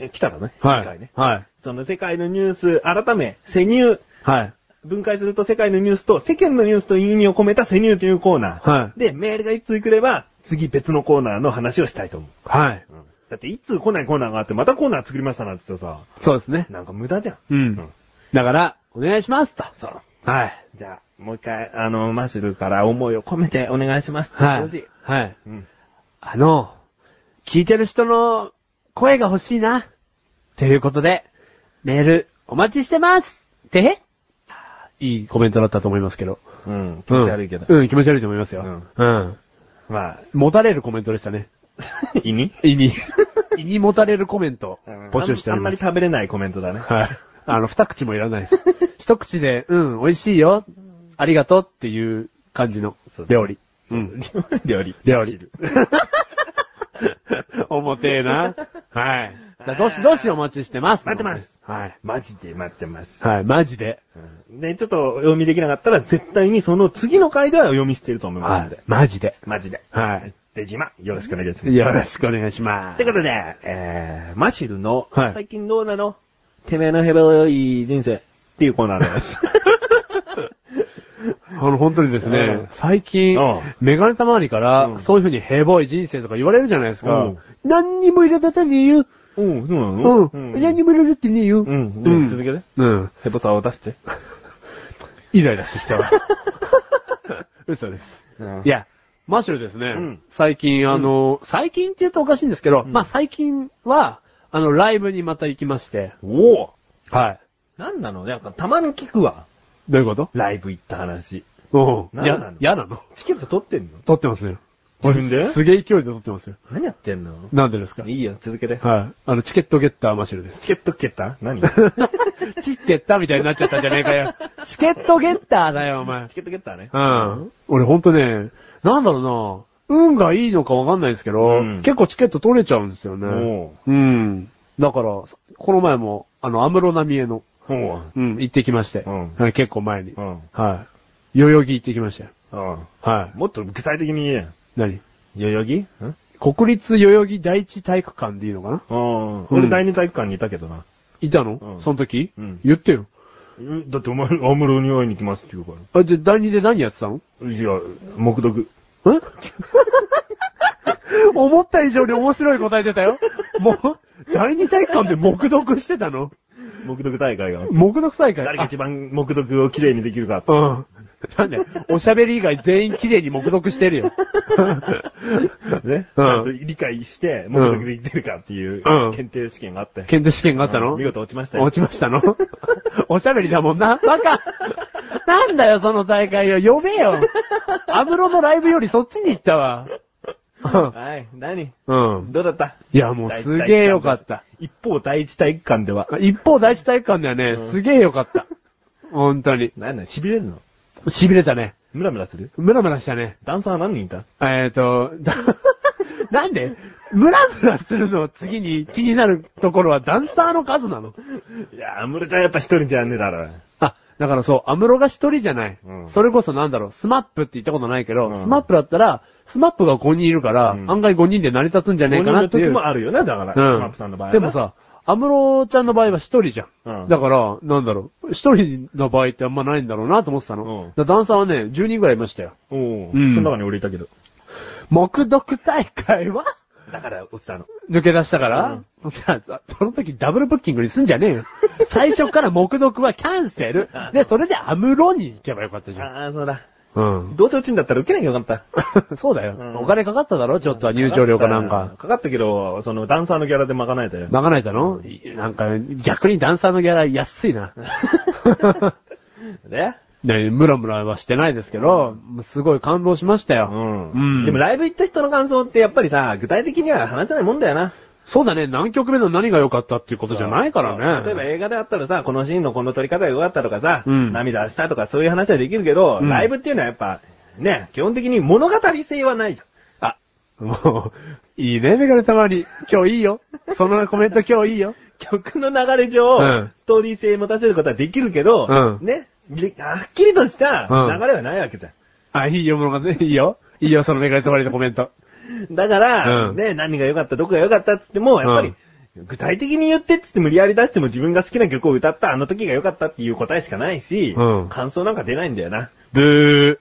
A: え来たらね、
C: はい。
A: 次回ね。
C: はい。
A: その世界のニュース、改め、世入、
C: はい。
A: 分解すると世界のニュースと世間のニュースという意味を込めた世入というコーナー。
C: はい。
A: で、メールが一通来れば、次別のコーナーの話をしたいと思う。
C: はい。
A: うんだって一通来ないコーナーがあって、またコーナー作りましたなんて言ってさ、
C: そうですね。
A: なんか無駄じゃん。
C: う
A: うんん。
C: だから、お願いしますと。
A: そう。
C: はい。
A: じゃあ、もう一回、あの、マシュルから思いを込めてお願いします。
C: はい。はい。
A: うん。
C: あの、聞いてる人の声が欲しいな。ということで、メールお待ちしてますてへいいコメントだったと思いますけど。
A: うん。気持ち悪いけど。
C: うん、うん気持ち悪いと思いますよ。うん。
A: まあ、
C: 持たれるコメントでしたね。
A: 意味
C: 胃に。 <laughs> 胃に持たれるコメント、募集してお
A: あん
C: り
A: ま
C: ま
A: り
C: す。
A: 食べれないコメントだね。
C: はい。あの、二口もいらないです。一口で、うん、美味しいよ。ありがとうっていう感じの
A: そう
C: 料理。
A: うん。料理。
C: 料理。重てえな。
A: <laughs>
C: はい。じゃあどしどしお待ちしてます。
A: 待ってます。
C: はい。
A: マジで待ってます。
C: はい、マジで。
A: で、ちょっとお読みできなかったら、絶対にその次の回ではお読みしてると思います
C: は
A: ので
C: い。。マジで。
A: マジで。
C: はい。
A: で、島、よろしくお願いします。
C: よろしくお願いしま
A: って
C: す。
A: ことで、えー、マシルの、
C: はい
A: 最近どうなのてめえのヘボい人生っていうコーナー <laughs> です。
C: あの、本当にです
A: う
C: ね
A: ん、
C: 最近
A: うん、
C: メガネたまりか
A: う
C: ら
A: ん、
C: そういう風にヘボい人生とか言われるじゃないです
A: う
C: か
A: ん。
C: 何にも入れたたねえよ。
A: うん、そうな
C: う
A: の
C: ん。何にも入れるってねえよ。
A: うん続けて。
C: うん。
A: ヘボさを出して。
C: イライラしてきた <laughs> わ。嘘です。い
A: や、
C: や、マシュルですね、
A: ん
C: 最近、あの、最近って言うとおかしいんですけど、
A: うん
C: まあ最近は、あの、ライブにまた行きまして、
A: おお
C: はい。
A: なんなのなんかたまに聞くわ。
C: どういうこと
A: ライブ行った話。
C: うん。
A: 何
C: や
A: なの、
C: 嫌なの
A: チケット取ってんの
C: 撮ってますよ。
A: 自分です
C: げえ勢いで撮ってますよ。
A: 何やってんの
C: なんでですか
A: いいよ、続けて。
C: はい。あの、チケットゲッターマシュルです。
A: チケット蹴った何チ
C: チッケッターみたいになっちゃったじゃねえかよ。 <laughs> チケットゲッターだよ、お前。
A: ケット蹴ったね。
C: うん。俺ほんとね、なんだろうな、運がいいのかわかんないですけど、
A: うん
C: 結構チケット取れちゃうんですよね
A: お。
C: うん。だから、この前も、あの、安室奈美恵の、
A: ほう。
C: うん、行ってきまして、
A: うん
C: はい結構前に、
A: うん。
C: はい。代々木行ってきましたよ。
A: うん。
C: はい。
A: もっと具体的に言えよ。
C: 何
A: 代々木ん
C: 国立代々木第一体育館でいいのかな
A: うん。
C: う
A: 俺
C: ん
A: 第二体育館にいたけどな。
C: いたの、
A: うん
C: その時、
A: うん
C: 言ってよ。
A: えだってお前、アムロに会いに来ますって言うか
C: あ、で、第二で何やってたの
A: ら。いや、目読。
C: え <laughs> 思った以上に面白い答え出たよ。もう、第二体育館で黙読してたの
A: 目読大会が。
C: 黙読大会。
A: 誰が一番目読を綺麗にできるか。
C: あうん。なんで、おしゃべり以外全員綺麗に黙読してるよ。
A: ね。ち
C: うん
A: ゃんと理解して、目読できてるかっていう
C: うん、
A: 検定試験があって。
C: 検定試験があったの、
A: うん見事落ちましたよ。
C: 落ちましたのおしゃべりだもんな。バカなんだよ、その大会よ。呼べよ。アムロのライブよりそっちに行ったわ。
A: はい。何
C: うん。うん
A: どうだった
C: いや、もうすげえよかった。。
A: 一方、第一体育館では。
C: 一方、第一体育館ではね、すげえよかった。本当に。
A: なんだ、痺れるの
C: 痺れたね。
A: ムラムラする
C: ムラムラしたね。
A: ダンサー何人いた
C: えっ、ー、と、
A: <laughs>
C: だなんで、ムラムラするの次に気になるところはダンサーの数なの
A: いや、ムラちゃんやっぱ一人じゃねえだろ。
C: あ、だからそう、アムロが一人じゃない。
A: うん
C: それこそなんだろう、スマップって言ったことないけど、
A: うん
C: スマップだったら、スマップが5人いるから、
A: うん
C: 案外5人で成り立つんじゃねえかなっ
A: 五人
C: てい
A: の時
C: う。
A: もあるよな、だから。スマップさんの場合は
C: でも、さ、アムロちゃんの場合は一人じゃん。
A: うん
C: だから、なんだろう、一人の場合ってあんまないんだろうなと思ってた
A: うん
C: の。だからダンサーはね、10人ぐらいいましたよ。
A: おう
C: うん
A: その中に俺いたけど。
C: 目読大会は
A: だから落ちたの。
C: 抜け出したから、じゃあ、その時ダブルブッキングにすんじ
A: <laughs>
C: ゃねえよ。最初から目読はキャンセル
A: あ。
C: で、それでアムロに行けばよかっ
A: <laughs>
C: たじゃん。
A: ああ、そうだ。
C: うん。
A: どうせ落ちんだったら受けなきゃよかった。
C: そうだよ、
A: うん
C: お金かかっただろちょっとは入場料かなんか。
A: かかったけど、そのダンサーのギャラで賄えたよ。
C: まかないだろなんか、逆にダンサーのギャラ安
A: <laughs>
C: いな。
A: ね
C: ね、ムラムラはしてないですけど、すごい感動しましたよ。
A: うん。で
C: で
A: も
C: も
A: ライブ行った人の感想ってやっぱりさ、具体的には話せないもんだよな。
C: そうだね、何曲目の何が良かったっていうことじゃないからね。
A: 例えば映画であったらさ、このシーンのこの撮り方が良かったとかさ、
C: うん
A: 涙したとかそういう話はできるけど、
C: うん
A: ライブっていうのはやっぱ、ね、基本的に物語性はないじゃん。
C: あ、もう、いいね、メガネたまに。今日いいよ。そのコメント今日いいよ。
A: 曲の流れ上、
C: うん
A: ストーリー性持たせることはできるけど、
C: うん
A: ね、りはっきりとした
C: うん
A: 流れはないわけじゃん。
C: あ、いいよ、物語、いいよ。いいよ、そのメガネたまりのコメント。
A: だから、
C: うん
A: ね、何が良かった、どこが良かったっつっても、やっぱり、具体的に言ってっつって無理やり出しても自分が好きな曲を歌ったあの時が良かったっていう答えしかないし、
C: うん
A: 感想なんか出ないんだよな。
C: ブー。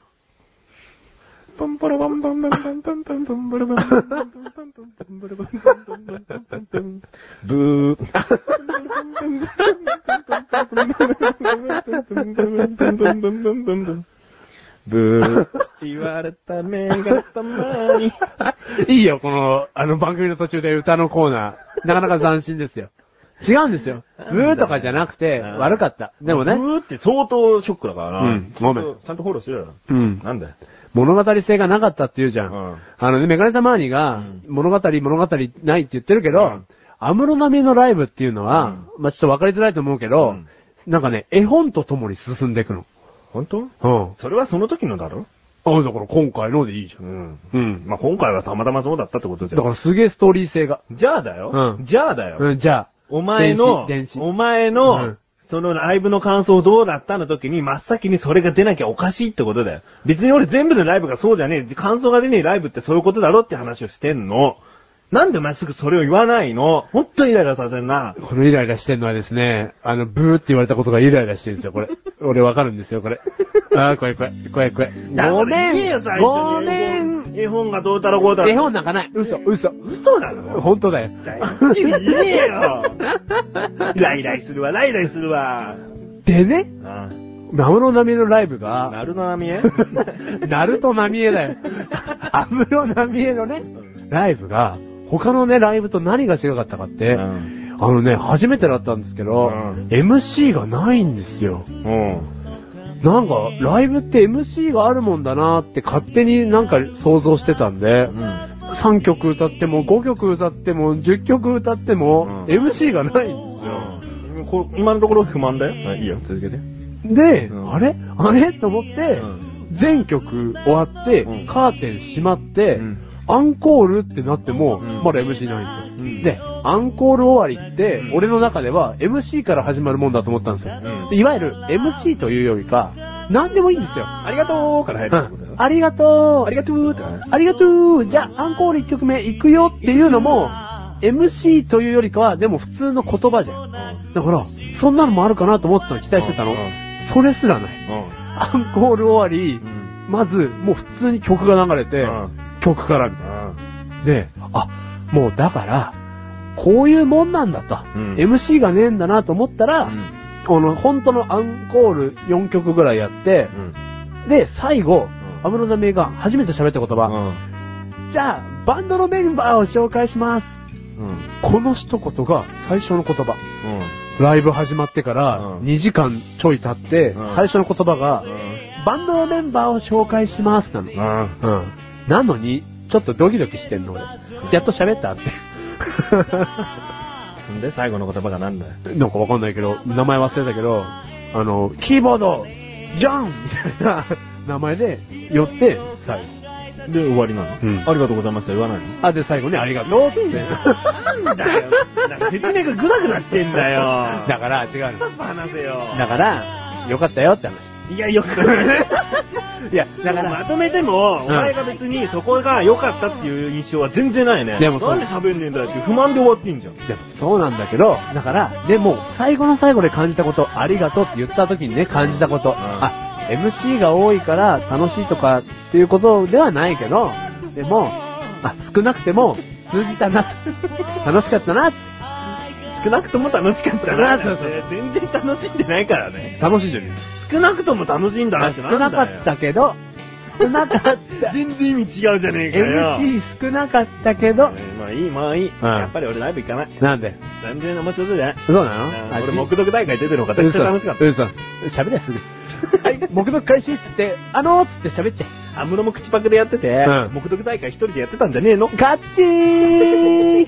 A: ポンポロポンポンポンポンポンポンポンポロポンポンポンポンポンポンポロポンポンポンポンポンポンポンブー。ブー。言われた目がたまに。
C: いいよ、この、あの番組の途中で歌のコーナー。なかなか斬新ですよ。違うんですよ。ブーとかじゃなくて、
A: うん
C: 悪かった。 <laughs> でも
A: ブ
C: ね、
A: ーって相当ショックだからな。
C: うんごめん
A: ちゃとちゃんとフォローしろよ。
C: うん
A: なんだよ。
C: 物語性がなかったって言うじゃん。
A: うん
C: あのね、メガネタマーニが
A: ん、
C: 物語、物語ないって言ってるけど、
A: うん
C: アムロナミのライブっていうのは、まあちょっとわかりづらいと思うけど、
A: うん
C: なんかね、絵本と共に進んでいくの。
A: 本当
C: うん。
A: それはその時のだろ
C: あ、だから今回のでいいじゃ。
A: うんん。
C: うん。
A: まあ、今回はたまたまそうだったってことじゃ
C: だ
A: ん。
C: からすげえストーリー性が。
A: じゃあだよ。
C: うん
A: じゃあだよ。
C: うん、じゃあ。
A: お前の
C: 電子電、子
A: お前
C: う
A: の
C: ん、
A: そのライブの感想どうだったの時に真っ先にそれが出なきゃおかしいってことだよ。別に俺全部のライブがそうじゃねえ。感想が出ねえライブってそういうことだろって話をしてんの。なんでお前すぐそれを言わないのほんとイライラさせんな。
C: このイライラしてんのはですね、あの、ブーって言われたことがイライラしてるんですよ、 <laughs> これ。俺わかるんですよ、これ。あー、怖い怖い、怖い怖い。ご
A: だから言え
C: め
A: よ
C: ん
A: 最
C: ご
A: 初に
C: め
A: 絵
C: ん
A: 本絵本がどうたらこうたら。
C: 絵本なんかない。嘘、嘘。
A: 嘘なの
C: 本当だよ。
A: だよ言えよライライするわ、ライライするわ。
C: でね、
A: あ
C: ナムロナミエのライブ
A: あ、
C: が、
A: なるなみえ
C: ナルトナミエだ <laughs> よ。アムロナミエのね、ライブが、他のね、ライブと何が違かったかって、
A: うん。
C: あのね、初めてだったんですけど、
A: うん
C: MC がないんですよ。
A: うん。
C: なんか、ライブって MC があるもんだなって勝手になんか想像してたんで、
A: うん。
C: 3曲歌っても5曲歌っても10曲歌っても、
A: うん
C: MC がないんですよ。
A: うんこ今のところ不満だよ。いいよ、続けて。
C: で、
A: うん
C: あれあれと思って、全曲終わって、
A: うん
C: カーテン閉まって、
A: うん
C: アンコールってなっても、
A: うん
C: まだ MC ない
A: う
C: んですよ、
A: ん
C: で、アンコール終わりって、
A: うん
C: 俺の中では MC から始まるもんだと思ったんですよ。
A: うん
C: でいわゆる MC というよりか、何でもいいんですよ。
A: ありがとうから入るってことだ
C: う
A: よ
C: んありがとう。
A: ありがとうってね
C: ありがとう。じゃあ、アンコール1曲目行くよっていうのも、MC というよりかは、でも普通の言葉じゃん。だから、そんなのもあるかなと思ってたの、期待してたの
A: うんうん。
C: それすらない。アンコール終わり、
A: うん。
C: まず、もう普通に曲が流れて、
A: うん
C: 曲からみたいな。で、あ、もうだから、こういうもんなんだと。
A: うん
C: MC がねえんだなと思ったら、
A: うん。
C: この、本当のアンコール4曲ぐらいやって、で、最後、
A: うん
C: 安室奈美恵が初めて喋った言葉、じゃあ、バンドのメンバーを紹介します。
A: うん。うん。
C: この一言が最初の言葉。ライブ始まってから
A: うん
C: 2時間ちょい経って、
A: うん
C: 最初の言葉が、
A: う
C: バンドのメンバーを紹介しますなの。
A: ん。うん。
C: うん。なのに、ちょっとドキドキしてんの俺。やっと喋ったって。
A: で、最後の言葉がなんだよ。
C: なんかわかんないけど、名前忘れたけど、あの、キーボード、ジョンみ <laughs> たいな名前で寄って、最後。
A: で、終わりなの。
C: うん
A: ありがとうございました。言わないの
C: あ、で最後にありがとうって。
A: なんだよ。なんか説明がグダグダしてんだよ。
C: だから、違うの。
A: パパ話せよ。
C: だから、よかったよって話。
A: いや、よく。
C: いや、
A: だ
C: だ
A: か
C: から
A: ま
C: ら、
A: とめても、お
C: うん
A: 前が別にそこが良かったっていう印象は全然ないね。
C: でもそう
A: なんで喋んねえんだよっていう不満で終わってんじゃん。
C: でもそうなんだけど、だから、でも、最後の最後で感じたこと、ありがとうって言った時にね、感じたこと、あ、MC が多いから楽しいとかっていうことではないけど、でも、あ、少なくても通じ <laughs> たな、楽しかったな、
A: 少なくとも楽しかったな。
C: そうそうそう
A: 全然楽しんでないからね。
C: 楽しんでる。
A: 少なくとも楽しんだな
C: あ
A: って
C: 少
A: なんだよ
C: なかったけど、少なか <laughs> った。
A: 全然意味違うじゃねえかよ。
C: MC 少なかったけど、
A: まあいい、まあいい。
C: ん
A: やっぱり俺ライブ行かない。
C: なんで
A: 全然面白そうじゃない。
C: そうな
A: う
C: の
A: ん
C: あ
A: 俺、目読大会出てるのが絶対楽しかっ
C: 嘘。喋れすぐ。はい、目読開始っつって、あのーっつって喋っちゃ
A: た。アムロも口パクでやってて
C: う、ん
A: 目読大会一人でやってたんじゃねえの
C: え。ガッ
A: <laughs>
C: チー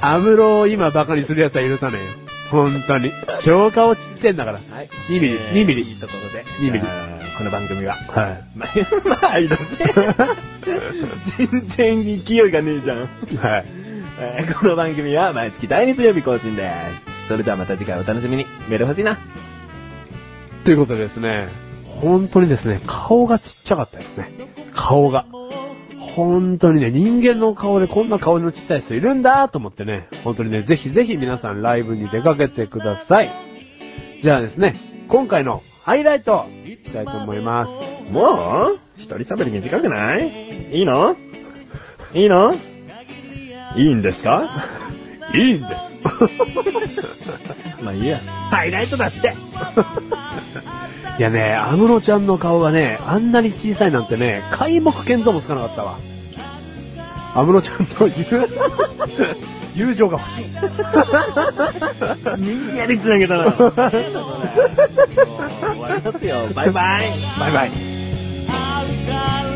C: アムロを今バカにする奴は許さねえよ。本当に。超顔ちっちゃいんだから。
A: はい。
C: 2ミリ、
A: えー
C: 2ミリ。
A: いいところで。
C: 2ミリ
A: じゃあこの番組は。
C: は
A: まあ、まあ、いいだね。全然勢いがねえじゃん。
C: い。はい。
A: えーこの番組は毎月第2水曜日更新です。それではまた次回お楽しみに。メール欲しいな。
C: ということでですね、本当にですね、顔がちっちゃかったですね。顔が。本当にね、人間の顔でこんな顔のちっちゃい人いるんだと思ってね、本当にね、ぜひぜひ皆さんライブに出かけてください。じゃあですね、今回のハイライト、いきたいと思います。
A: もう一人喋り短くないいいのいいのいいんですか
C: いいんです。
A: <laughs> まあいいや。ハイライトだって
C: いやね、アムロちゃんの顔がね、あんなに小さいなんてね、開目見当もつかなかったわ。アムロちゃんと友 <laughs> 友情が欲しい。
A: みんなで繋げたな。もう終わりますよ。バイバイ。バイバイ。
D: あるから